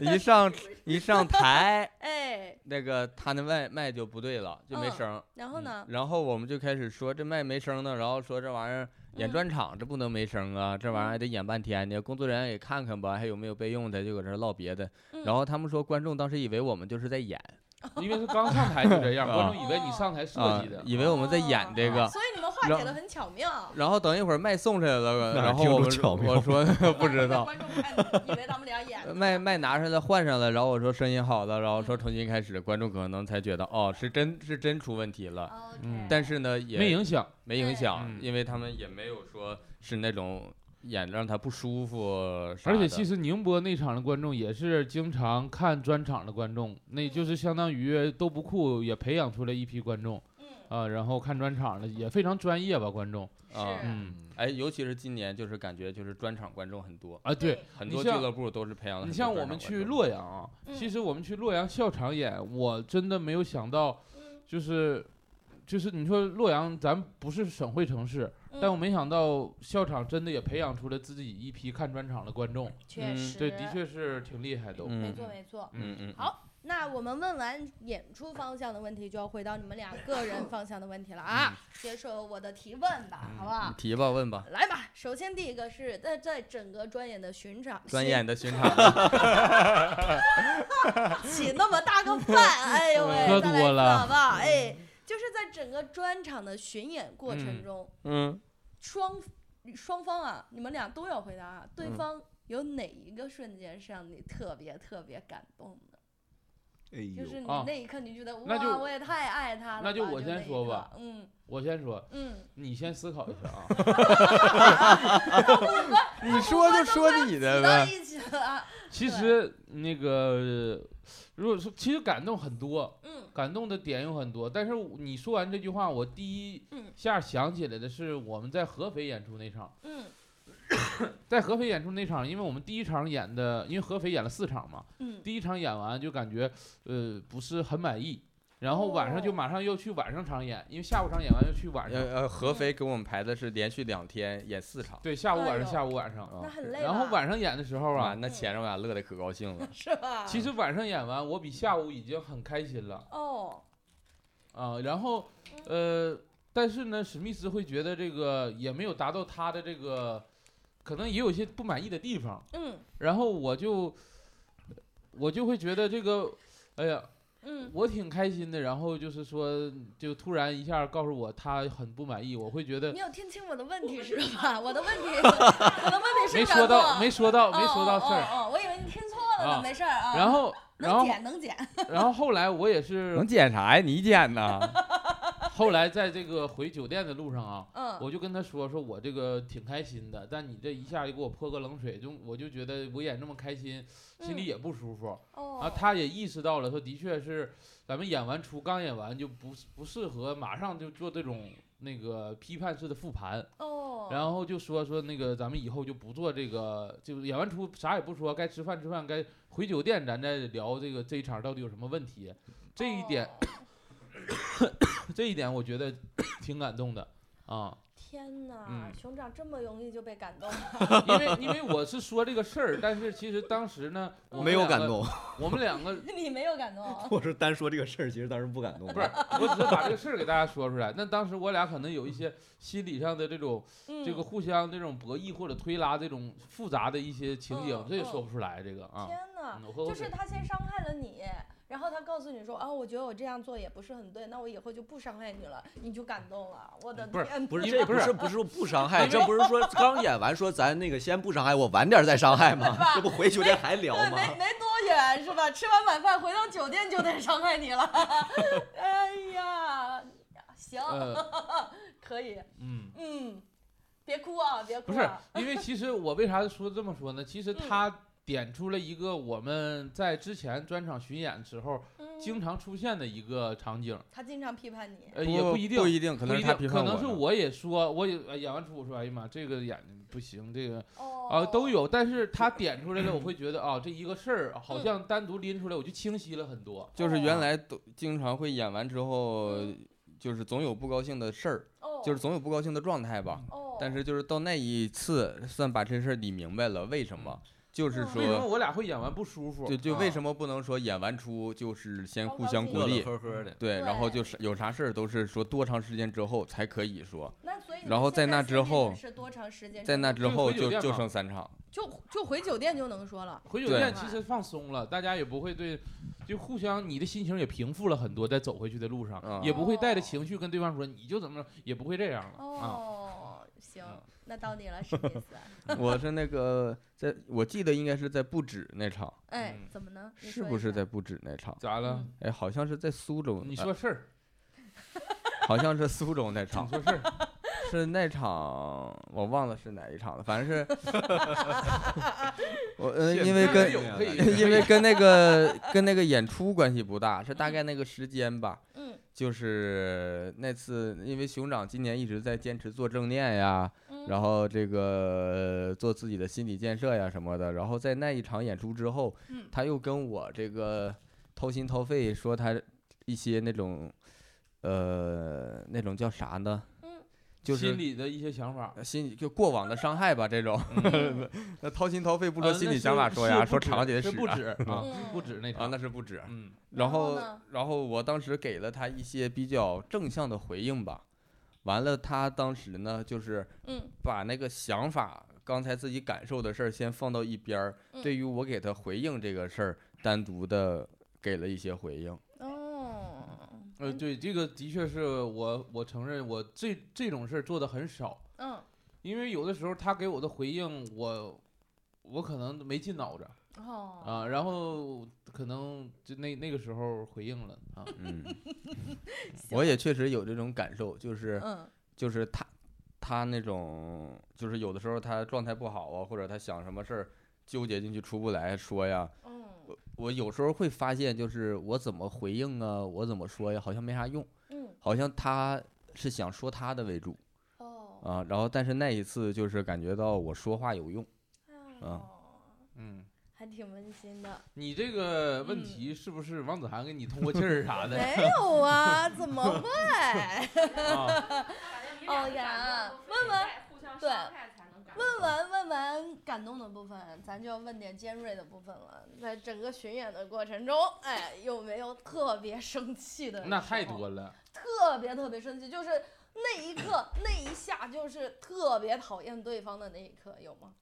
Speaker 2: 你
Speaker 4: 场，
Speaker 2: 啊
Speaker 4: 一上一上台，
Speaker 2: 哎，
Speaker 4: 那个他那麦麦就不对了，就没
Speaker 2: 嗯
Speaker 4: 声儿。
Speaker 2: 然后呢？
Speaker 4: 然后我们就开始说这麦没声呢，然后说这玩意儿演
Speaker 2: 嗯
Speaker 4: 专场这不能没声啊，这玩意儿还得演半天呢。工作人员也看看吧，还有没有备用的，就搁这儿唠别的。
Speaker 2: 嗯
Speaker 4: 然后他们说观众当时以为我们就是在演
Speaker 1: 因为他刚上台就这样，
Speaker 4: 啊
Speaker 1: 观众以为你上台设
Speaker 4: 啊
Speaker 1: 计的，，
Speaker 4: 以为我们在演这个。
Speaker 2: 哦所以你们化
Speaker 4: 然
Speaker 2: 解的很巧妙。
Speaker 4: 然后等一会儿麦送上来了，
Speaker 7: 哪
Speaker 4: 然后
Speaker 7: 听
Speaker 4: 我
Speaker 7: 出
Speaker 4: 们说
Speaker 7: 巧妙
Speaker 4: 我说 不 知道，
Speaker 2: 观众看以为咱们俩 演的。
Speaker 4: 麦麦拿上来换上了，然后我说声音好了，然后说重新开始，观众可能才觉得哦是真是真出问题了，
Speaker 2: OK
Speaker 1: 嗯。
Speaker 4: 但是呢也
Speaker 1: 没影响。
Speaker 4: 没影响
Speaker 1: 嗯，
Speaker 4: 因为他们也没有说是那种演让他不舒服啥
Speaker 1: 而
Speaker 4: 的。
Speaker 1: 且其实宁波那场的观众也是经常看专场的观众，那就是相当于都不酷也培养出来一批观众
Speaker 2: 嗯，
Speaker 1: 啊、然后看专场的也非常专业吧，观众，
Speaker 4: 啊
Speaker 2: 是，
Speaker 1: 嗯
Speaker 4: 哎，尤其是今年，就是感觉就是专场观众很多，
Speaker 1: 啊，对，
Speaker 4: 很
Speaker 1: 你
Speaker 4: 多俱
Speaker 1: 像
Speaker 4: 乐部都是培养了。
Speaker 1: 你像我们去洛，阳啊，其实我们去洛阳笑场演，我真的没有想到，
Speaker 2: 嗯，
Speaker 1: 就是就是你说洛阳咱不是省会城市，但我
Speaker 2: 嗯
Speaker 1: 没想到笑场真的也培养出了自己一批看专场的观众，
Speaker 2: 确
Speaker 4: 嗯
Speaker 2: 实，
Speaker 1: 这的确是挺厉害的。
Speaker 2: 没
Speaker 4: 嗯
Speaker 2: 错没错。
Speaker 4: 嗯嗯，
Speaker 2: 好那我们问完演出方向的问题，就要回到你们俩个
Speaker 1: 嗯
Speaker 2: 人方向的问题了啊！接受我的提问吧，好不
Speaker 4: 你
Speaker 1: 嗯
Speaker 2: 好？
Speaker 4: 提吧，问吧，
Speaker 2: 来吧，首先第一个是在在整个专业的巡场，
Speaker 4: 专
Speaker 2: 巡
Speaker 4: 业的巡 场
Speaker 2: 起那么大个 饭，哎呦喂，
Speaker 1: 喝
Speaker 2: 再来一
Speaker 1: 多
Speaker 2: 次
Speaker 1: 了嗯
Speaker 2: 好不好？哎，就是在整个专场的巡演过程中，
Speaker 4: 嗯，
Speaker 2: 双双方啊，你们俩都要回答啊，对方有哪一个瞬间是让你特别特别感动的？
Speaker 7: 哎呦
Speaker 2: 就是你
Speaker 1: 啊
Speaker 2: 那一刻你觉得
Speaker 1: 那就
Speaker 2: 哇，我也太爱他了吧，
Speaker 1: 那就我
Speaker 2: 就那
Speaker 1: 先
Speaker 2: 一
Speaker 1: 说
Speaker 2: 刻
Speaker 1: 吧，
Speaker 2: 嗯
Speaker 1: 我先说，
Speaker 2: 嗯，
Speaker 1: 你先思考一下啊。
Speaker 4: 你说就说你
Speaker 2: 死
Speaker 4: 的
Speaker 2: 到
Speaker 4: 呗，
Speaker 2: 一起了，
Speaker 1: 其
Speaker 2: 对
Speaker 1: 实那个，如果说其实感动很多，
Speaker 2: 嗯
Speaker 1: 感动的点有很多。但是我你说完这句话，我第一
Speaker 2: 嗯
Speaker 1: 下想起来的是我们在合肥演出那场，
Speaker 2: 嗯
Speaker 1: 在合肥演出那场，因为我们第一场演的，因为合肥演了四场嘛，
Speaker 2: 嗯，
Speaker 1: 第一场演完就感觉呃不是很满意，然后晚上就
Speaker 2: 哦
Speaker 1: 马上又去晚上场演，因为下午场演完又去晚上，
Speaker 4: 呃呃，合肥给我们排的是连续两天演四场，
Speaker 1: 对，下午晚
Speaker 2: 哎呦
Speaker 1: 上下午晚上，
Speaker 2: 那很累吧，，
Speaker 1: 然后晚上演的时候
Speaker 4: 哇，
Speaker 1: 啊，
Speaker 4: 那钱让我俩乐的可高兴了
Speaker 2: 是吧？
Speaker 1: 其实晚上演完我比下午已经很开心了。
Speaker 2: 哦，
Speaker 1: 啊，然后
Speaker 2: 嗯
Speaker 1: 呃，但是呢，史密斯会觉得这个也没有达到他的这个，可能也有一些不满意的地方。
Speaker 2: 嗯
Speaker 1: 然后我就我就会觉得这个，哎呀，
Speaker 2: 嗯
Speaker 1: 我挺开心的。然后就是说，就突然一下告诉我他很不满意，我会觉得
Speaker 2: 你有听清我的问题是吧？我的问题，我的问题是
Speaker 1: 没
Speaker 2: 感
Speaker 1: 说到
Speaker 2: 动
Speaker 1: 没说到
Speaker 2: 哦
Speaker 1: 没说到事
Speaker 2: 哦
Speaker 1: 儿。
Speaker 2: 哦哦，我以为你听错了呢，
Speaker 1: 啊
Speaker 2: 没事儿啊。
Speaker 1: 然后，然
Speaker 2: 能
Speaker 1: 后，
Speaker 2: 减能减，
Speaker 1: 然后后来我也是
Speaker 4: 能，剪啥呀？你剪呐？
Speaker 1: 后来在这个回酒店的路上啊，
Speaker 2: 嗯，
Speaker 1: 我就跟他说说，我这个挺开心的，但你这一下就给我泼个冷水，就我就觉得我演这么开心，心里也不舒服。
Speaker 2: 嗯哦
Speaker 1: 啊，他也意识到了，说的确是咱们演完出刚演完就不是不适合马上就做这种那个批判式的复盘，
Speaker 2: 哦，后
Speaker 1: 然后就说说那个咱们以后就不做这个，就演完出啥也不说，该吃饭吃饭，该回酒店咱再聊这个这一场到底有什么问题。这一点，
Speaker 2: 哦
Speaker 1: 这一点我觉得 挺感动的 啊。
Speaker 2: 天哪，
Speaker 1: 嗯
Speaker 2: 熊掌这么容易就被感动 了，
Speaker 1: 因为因为我是说这个事儿，但是其实当时呢，我们
Speaker 7: 没有
Speaker 1: 两
Speaker 7: 感
Speaker 1: 个，
Speaker 7: 动，
Speaker 1: 我们两个
Speaker 2: 你没有感动？啊
Speaker 7: 我是单说这个事儿，其实当时不感动。
Speaker 1: 不是，我只是把这个事儿给大家说出来。那当时我俩可能有一些心理上的这种
Speaker 2: 嗯，
Speaker 1: 这个互相这种博弈或者推拉这种复杂的一些情景
Speaker 2: 嗯，
Speaker 1: 这也
Speaker 2: 嗯
Speaker 1: 说不出来这个啊。
Speaker 2: 天哪
Speaker 1: 嗯，我喝口
Speaker 2: 就是
Speaker 1: 水
Speaker 2: 他先伤害了你。然后他告诉你说啊，我觉得我这样做也不是很对，那我以后就不伤害你了，你就感动了。我的
Speaker 1: 不是
Speaker 2: 天，
Speaker 7: 不是
Speaker 1: 因
Speaker 7: 这
Speaker 1: 为
Speaker 7: 不
Speaker 1: 不是
Speaker 7: 是不是说不伤害，这不是说刚演完说咱那个先不伤害，我晚点再伤害 吗？这不回酒店还聊
Speaker 2: 对，
Speaker 7: 吗？
Speaker 2: 没没多远是吧？吃完晚饭回到酒店就得伤害你了。 哎呀，行，
Speaker 1: 呃，
Speaker 2: 可以，
Speaker 1: 嗯，
Speaker 2: 嗯，别哭啊，别
Speaker 1: 不
Speaker 2: 哭、
Speaker 1: 是
Speaker 2: 啊。，嗯
Speaker 1: 因为其实我为啥说这么说呢？其实他点出了一个我们在之前专场巡演的时候
Speaker 2: 嗯
Speaker 1: 经常出现的一个场景，
Speaker 2: 他经常批判你，
Speaker 1: 呃，也不一定
Speaker 4: 不一定，可能
Speaker 1: 不
Speaker 4: 是
Speaker 1: 一
Speaker 4: 他
Speaker 1: 定，
Speaker 4: 批
Speaker 1: 可
Speaker 4: 判
Speaker 1: 能是
Speaker 4: 呢
Speaker 1: 我也说，我也哎演完出我说，哎呀妈，这个演的不行，这个
Speaker 2: 哦，
Speaker 1: 啊、都。有，但是他点出来了，我会觉得啊、这一个事儿好
Speaker 2: 嗯
Speaker 1: 像单独拎出来，我就清晰了很多。
Speaker 4: 就是原来都经常会演完之后
Speaker 2: 哦嗯
Speaker 4: 就是总有不高兴的事儿，
Speaker 2: 哦，
Speaker 4: 就是总有不高兴的状态吧。
Speaker 2: 哦，
Speaker 4: 但是就是到那一次，算把这事儿理明白了，为什么？就是
Speaker 2: 嗯
Speaker 1: 为什么
Speaker 4: 说，
Speaker 1: 我俩会演完不舒服？
Speaker 4: 就就
Speaker 7: 啊
Speaker 4: 为什么不能说演完出就是先
Speaker 2: 高
Speaker 4: 互
Speaker 2: 高
Speaker 4: 相
Speaker 2: 兴
Speaker 4: 鼓
Speaker 7: 乐乐
Speaker 4: 励，
Speaker 1: 啊
Speaker 7: 呵呵的，
Speaker 4: 对，然后
Speaker 2: 对
Speaker 4: 就是有啥事儿都是说多长时间之后才可以说，
Speaker 2: 那所以你
Speaker 4: 然后
Speaker 2: 们现
Speaker 4: 在那
Speaker 2: 确
Speaker 4: 之
Speaker 2: 定
Speaker 4: 后
Speaker 2: 是多长时间之后？
Speaker 4: 在那之
Speaker 1: 就
Speaker 4: 后
Speaker 1: 回酒
Speaker 4: 就
Speaker 1: 店
Speaker 4: 就
Speaker 1: 嘛
Speaker 4: 剩三场。
Speaker 2: 就就回酒店就能说了。
Speaker 1: 回酒
Speaker 4: 对
Speaker 1: 店其实放松了，大家也不会对，就互相你的心情也平复了很多，在走回去的路上，
Speaker 4: 嗯
Speaker 1: 也不会带着情绪跟对方说你就怎么着，也不会这样了啊。
Speaker 2: 哦，行
Speaker 4: 啊
Speaker 1: 嗯，
Speaker 2: 那到你了，史密斯。
Speaker 4: 我是那个在，我记得应该是在不止那场，
Speaker 2: 哎
Speaker 1: 嗯，
Speaker 2: 怎么呢？你
Speaker 4: 是
Speaker 2: 说
Speaker 4: 不
Speaker 2: 一
Speaker 4: 是
Speaker 2: 下
Speaker 4: 在？不止那场？
Speaker 1: 咋了？
Speaker 4: 哎，好像是在苏州，
Speaker 2: 嗯
Speaker 1: 你
Speaker 4: 呃
Speaker 1: 说事儿，
Speaker 4: 好像是苏州那 场
Speaker 1: 你，说事儿，
Speaker 4: 是那场我忘了是哪一场了，反正是我呃，因为跟
Speaker 1: 有可以
Speaker 4: 因为跟那个跟那个演出关系不大，是大
Speaker 1: 嗯
Speaker 4: 概那个时间吧。
Speaker 2: 嗯
Speaker 4: 就是那次，因为熊掌今年一直在坚持做正念呀，
Speaker 2: 嗯，
Speaker 4: 然后这个呃做自己的心理建设呀什么的。然后在那一场演出之后，
Speaker 2: 嗯
Speaker 4: 他又跟我这个掏心掏肺说他一些那种，呃，那种叫啥呢？
Speaker 2: 嗯
Speaker 4: 就是
Speaker 1: 心里的一些想法。
Speaker 4: 呃心里就过往的伤害吧，这 种。
Speaker 2: 嗯
Speaker 4: 那掏心掏肺不
Speaker 1: 不
Speaker 4: 说心里想法说呀，说长姐
Speaker 1: 啊呃是
Speaker 4: 屎
Speaker 1: 不
Speaker 4: 啊
Speaker 1: 止啊
Speaker 2: 嗯，
Speaker 1: 不止那
Speaker 4: 啊，
Speaker 1: 场。
Speaker 4: 那是不止。
Speaker 1: 嗯，
Speaker 4: 然
Speaker 2: 然后
Speaker 4: 后
Speaker 2: 呢，
Speaker 4: 然后我当时给了他一些比较正向的回应吧。完了，他当时呢，就是
Speaker 2: 嗯
Speaker 4: 把那个想法，刚才自己感受的事儿先放到一边儿。
Speaker 2: 嗯
Speaker 4: 对于我给他回应这个事儿，单独的给了一些回应。
Speaker 2: 哦，
Speaker 1: 呃，对，这个的确是我，我承认我这这种事儿做的很少，
Speaker 2: 嗯
Speaker 1: 因为有的时候他给我的回应，我我可能没进脑子
Speaker 2: 哦
Speaker 1: 啊，然后可能就那那个时候回应了啊，
Speaker 4: 嗯，我也确实有这种感受，就是
Speaker 2: 嗯
Speaker 4: 就是他他那种，就是有的时候他状态不好啊，或者他想什么事儿纠结进去出不来说呀，
Speaker 2: 嗯
Speaker 4: 我有时候会发现，就是我怎么回应啊，我怎么说呀，好像没啥用，
Speaker 2: 嗯
Speaker 4: 好像他是想说他的为主
Speaker 2: 哦
Speaker 4: 啊。然后，但是那一次就是感觉到我说话有用，
Speaker 2: 哦，
Speaker 1: 嗯。
Speaker 2: 还挺温馨的。
Speaker 1: 你这个问
Speaker 2: 嗯
Speaker 1: 题是不是王子涵给你通过气儿啥的？
Speaker 2: 没有啊，怎么会？
Speaker 1: 啊，
Speaker 2: 哦呀问问对问完问完感动的部分，咱就要问点尖锐的部分了。在整个巡演的过程中，哎，有没有特别生气的？
Speaker 1: 那太，多了。
Speaker 2: 特别特别生气，就是那 一刻那一下，就是特别讨厌对方的那一刻，有吗？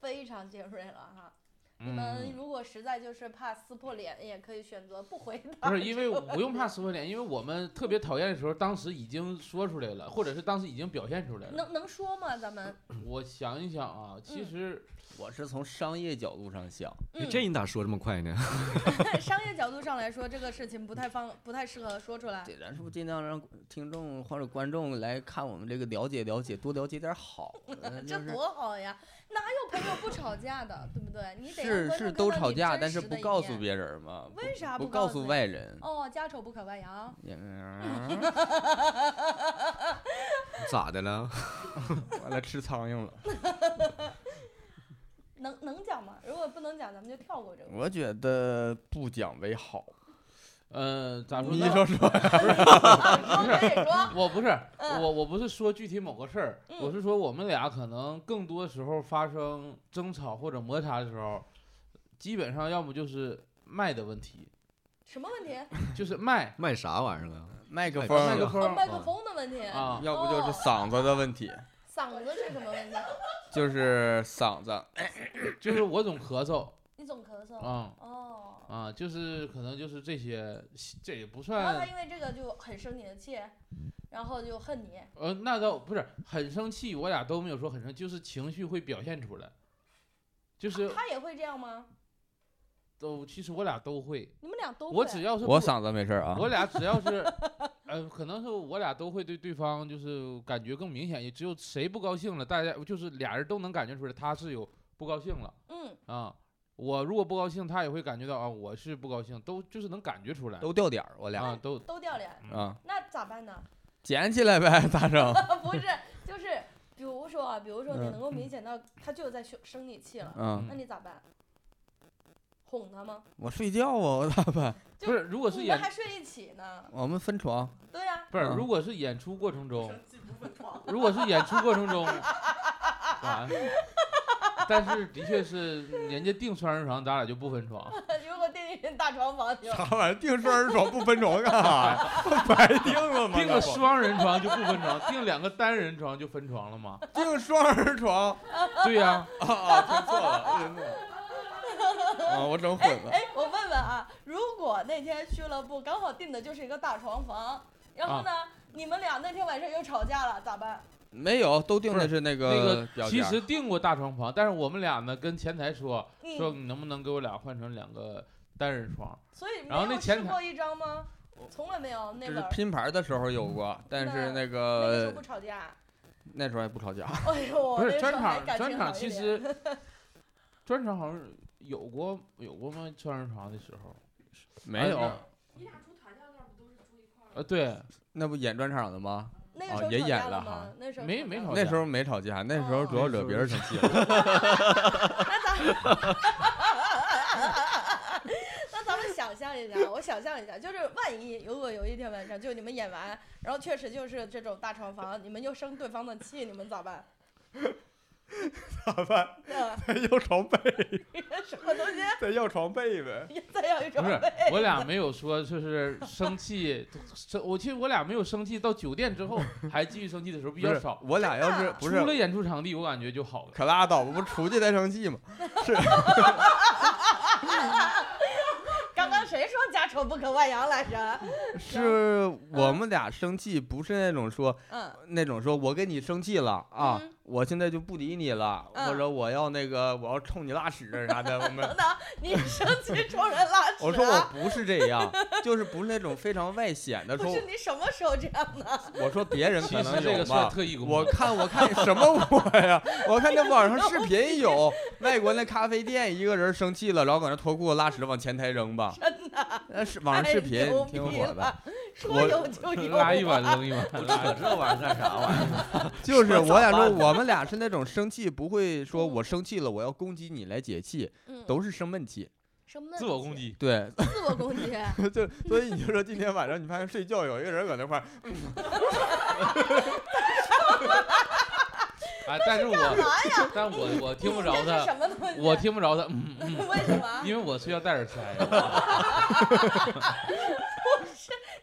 Speaker 2: 非常尖锐了哈。你们
Speaker 1: 嗯，
Speaker 2: 如果实在就是怕撕破脸，也可以选择不回答。
Speaker 1: 不是因为我不用怕撕破脸，因为我们特别讨厌的时候，当时已经说出来了，或者是当时已经表现出来了。
Speaker 2: 能能说吗？咱们
Speaker 1: 我想一想啊，其
Speaker 2: 嗯
Speaker 1: 实
Speaker 4: 我是从商业角度上想，
Speaker 2: 嗯
Speaker 7: 这你咋说这么快呢？
Speaker 2: 在 商业角度上来说，这个事情不太方，不太适合说出来。
Speaker 4: 对，咱是不是尽量让听众或者观众来看我们这个了解了解，多了解点好呃 的
Speaker 2: 这多好呀！哪有朋友不吵架的，对不对？你得让
Speaker 4: 是
Speaker 2: 观
Speaker 4: 是
Speaker 2: 众
Speaker 4: 都
Speaker 2: 看到
Speaker 4: 吵
Speaker 2: 你
Speaker 4: 架，
Speaker 2: 真
Speaker 4: 但是
Speaker 2: 实
Speaker 4: 不
Speaker 2: 的一
Speaker 4: 告诉
Speaker 2: 面。
Speaker 4: 别人嘛，不
Speaker 2: 为啥
Speaker 4: 不
Speaker 2: 告
Speaker 4: 告诉
Speaker 2: 呀
Speaker 4: 外人。
Speaker 2: 哦，家丑不可外扬。
Speaker 4: 也
Speaker 7: 咋的了？
Speaker 4: 完了吃苍蝇了。
Speaker 2: 能能讲吗？如果不能讲，咱们就跳过这个。
Speaker 4: 我觉得不讲为好。
Speaker 1: 呃，咋说
Speaker 4: 你
Speaker 1: 呢？
Speaker 4: 说说，
Speaker 2: 说可以说，
Speaker 1: 我不是
Speaker 2: 嗯
Speaker 1: 我，我不是说具体某个事儿，我
Speaker 2: 嗯
Speaker 1: 是说我们俩可能更多时候发生争吵或者摩擦的时候，基本上要么就是麦的问题，
Speaker 2: 什么问题？
Speaker 1: 就是麦
Speaker 7: 卖啥玩意儿啊？
Speaker 4: 麦克
Speaker 7: 麦
Speaker 4: 风，
Speaker 1: 麦克
Speaker 2: 哦，
Speaker 1: 风
Speaker 2: 麦克风的问题，
Speaker 1: 啊，
Speaker 4: 要不
Speaker 2: 哦
Speaker 4: 就是嗓子的问题，
Speaker 2: 嗓子是什么问题？
Speaker 4: 就是嗓子。
Speaker 1: 就是我总咳嗽
Speaker 2: 你总咳嗽。
Speaker 1: 啊。
Speaker 2: 哦，
Speaker 1: 啊，就是可能就是这些，这也不
Speaker 2: 然后他
Speaker 1: 算，
Speaker 2: 因为这个就很生你的气，然后就恨你。
Speaker 1: 呃，那倒不是很生气，我俩都没有说很生气，就是情绪会表现出来，就是
Speaker 2: 啊他也会这样吗？
Speaker 1: 都其实我俩都会，
Speaker 2: 你们俩都会。啊
Speaker 1: 我只要是
Speaker 4: 我
Speaker 1: 不
Speaker 4: 嗓子没事儿啊。
Speaker 1: 我俩只要是，呃，可能是我俩都会对对方就是感觉更明显，也只有谁不高兴了，大家就是俩人都能感觉出来他是有不高兴了
Speaker 2: 嗯，
Speaker 1: 啊，我如果不高兴，他也会感觉到啊我是不高兴，都就是能感觉出来，
Speaker 4: 都掉点儿，我俩
Speaker 1: 啊都
Speaker 2: 都掉脸，
Speaker 4: 啊，
Speaker 2: 那咋办呢？
Speaker 4: 捡起来呗，咋整？
Speaker 2: 不是，就是比如说啊，比如说你
Speaker 4: 嗯
Speaker 2: 能够明显到他就在生生你气了，
Speaker 4: 嗯，
Speaker 2: 那你咋办？哄他吗？
Speaker 4: 我睡觉啊，我咋办？
Speaker 1: 不是，如果是
Speaker 2: 你们
Speaker 1: 演
Speaker 2: 还睡一起呢？
Speaker 4: 我们分床，
Speaker 2: 对呀、
Speaker 1: 不是，如果是演出过程中，如果是演出过程中，啊，但是的确是人家定双人床，咱俩就不分床。
Speaker 2: 如果电影院大床房就
Speaker 3: 啥玩意儿？订双人床不分床干啥呀？ 白订了吗？
Speaker 1: 定个双人床就不分床，定两个单人床就分床了吗？
Speaker 3: 订双人床
Speaker 1: 对呀、
Speaker 3: 啊啊！听错了，听错了。啊，我整混了。
Speaker 2: 哎，我问问啊，如果那天俱乐部刚好订的就是一个大床房，然
Speaker 1: 啊
Speaker 2: 后呢，你们俩那天晚上又吵架了，咋办？
Speaker 4: 没有，都定的是那
Speaker 1: 那
Speaker 4: 个
Speaker 1: 个
Speaker 4: 表
Speaker 1: 其
Speaker 4: 价。
Speaker 1: 实订过大床房，但是我们俩呢跟前台说说
Speaker 2: 嗯，
Speaker 1: 你能不能给我俩换成两个单人床？
Speaker 2: 所以没
Speaker 1: 然后
Speaker 2: 有
Speaker 1: 那
Speaker 2: 试
Speaker 1: 前
Speaker 2: 过一张吗？从来没有那
Speaker 4: 就是
Speaker 2: 本儿，
Speaker 4: 拼牌的时候有过，
Speaker 2: 嗯
Speaker 4: 但是那
Speaker 2: 那个时候
Speaker 4: 个
Speaker 2: 不吵架。
Speaker 4: 那时候还不吵 架。
Speaker 2: 哎呦，
Speaker 1: 呃不
Speaker 2: 那
Speaker 1: 是
Speaker 2: 时候
Speaker 1: 专
Speaker 2: 还
Speaker 1: 场，
Speaker 2: 感
Speaker 1: 专
Speaker 2: 情
Speaker 1: 场
Speaker 2: 好一
Speaker 1: 其
Speaker 2: 点
Speaker 1: 实 专场好像有过有过吗？双人床的时候
Speaker 4: 没有，
Speaker 1: 啊呃对，
Speaker 4: 那不演专场的吗？
Speaker 2: 那个
Speaker 4: 啊
Speaker 2: 时候
Speaker 4: 也
Speaker 2: 吵
Speaker 4: 演
Speaker 2: 架
Speaker 4: 了
Speaker 2: 吗
Speaker 4: 哈
Speaker 2: 那时候
Speaker 1: 没
Speaker 2: 吵
Speaker 1: 没
Speaker 2: 架
Speaker 1: 吵
Speaker 2: 吗
Speaker 1: 架
Speaker 4: 那时候没吵架，那时
Speaker 2: 哦
Speaker 4: 候主要惹别人生气了。
Speaker 2: 那咱们想象一下，我想象一下，就是万一如果有一天晚上，就你们演完，然后确实就是这种大床房，你们又生对方的气，你们咋办？
Speaker 3: 咋 办？
Speaker 2: 那
Speaker 3: 再 要床被，
Speaker 2: 什么东西？
Speaker 3: 再要床被呗。
Speaker 2: 再要一种
Speaker 1: 不是
Speaker 2: 被，
Speaker 1: 我俩没有说就是生气，生我记得我俩没有生气，到酒店之后还继续生气的时候比较少。
Speaker 3: 我俩要
Speaker 2: 真
Speaker 3: 是
Speaker 2: 的
Speaker 3: 不
Speaker 1: 出
Speaker 3: 是
Speaker 1: 了演出场地，我感觉就好了。
Speaker 3: 可拉倒吧，不出去再生气吗？
Speaker 2: 刚刚谁说家丑不可外扬来着？
Speaker 4: 是我们俩生气，不是那种说
Speaker 2: 嗯，
Speaker 4: 那种说我跟你生气了啊
Speaker 2: 嗯，
Speaker 4: 我现在就不理你了，
Speaker 2: 嗯
Speaker 4: 或者我要那个我要冲你拉屎啊啥的。我们
Speaker 2: 等等，你生气冲人拉屎、啊？
Speaker 4: 我说我不是这样，就是不是那种非常外显的
Speaker 2: 不
Speaker 4: 说，
Speaker 2: 是你什么时候这样的？
Speaker 4: 我说别人
Speaker 1: 其
Speaker 4: 可
Speaker 1: 实
Speaker 4: 能
Speaker 1: 这
Speaker 4: 有
Speaker 1: 个算
Speaker 4: 吧。
Speaker 1: 特异功
Speaker 4: 我
Speaker 1: 能。
Speaker 4: 看我看什么我呀？我看那网上视频有外国那咖啡店一个人生气了，然后搁那脱裤子拉屎往前台扔吧。
Speaker 2: 真的，哎
Speaker 4: 那是网上视频
Speaker 2: 太牛逼
Speaker 4: 挺火的，
Speaker 2: 了，说有就有，
Speaker 1: 拉一碗扔一 碗，拉
Speaker 7: 啊这玩意儿干啥玩意儿？
Speaker 4: 就是
Speaker 7: 说
Speaker 4: 我想
Speaker 7: 咋
Speaker 4: 说，
Speaker 7: 办呢
Speaker 4: 我们俩是那种生气不会说我生气了我要攻击你来解气，
Speaker 2: 嗯
Speaker 4: 都是生闷气。
Speaker 2: 什么
Speaker 1: 自我攻，击。
Speaker 4: 对，
Speaker 2: 自我攻击，
Speaker 4: 就所以你就说今天晚上你发现睡觉有一个人搁那块 儿，
Speaker 1: 啊，但是
Speaker 2: 干
Speaker 1: 我
Speaker 2: 嘛呀？
Speaker 1: 但我我 听不着
Speaker 2: 这是
Speaker 1: 他，
Speaker 2: 什么东西？
Speaker 1: 我听不着他，嗯嗯，
Speaker 2: 为什么？
Speaker 1: 因为我睡觉戴 耳塞。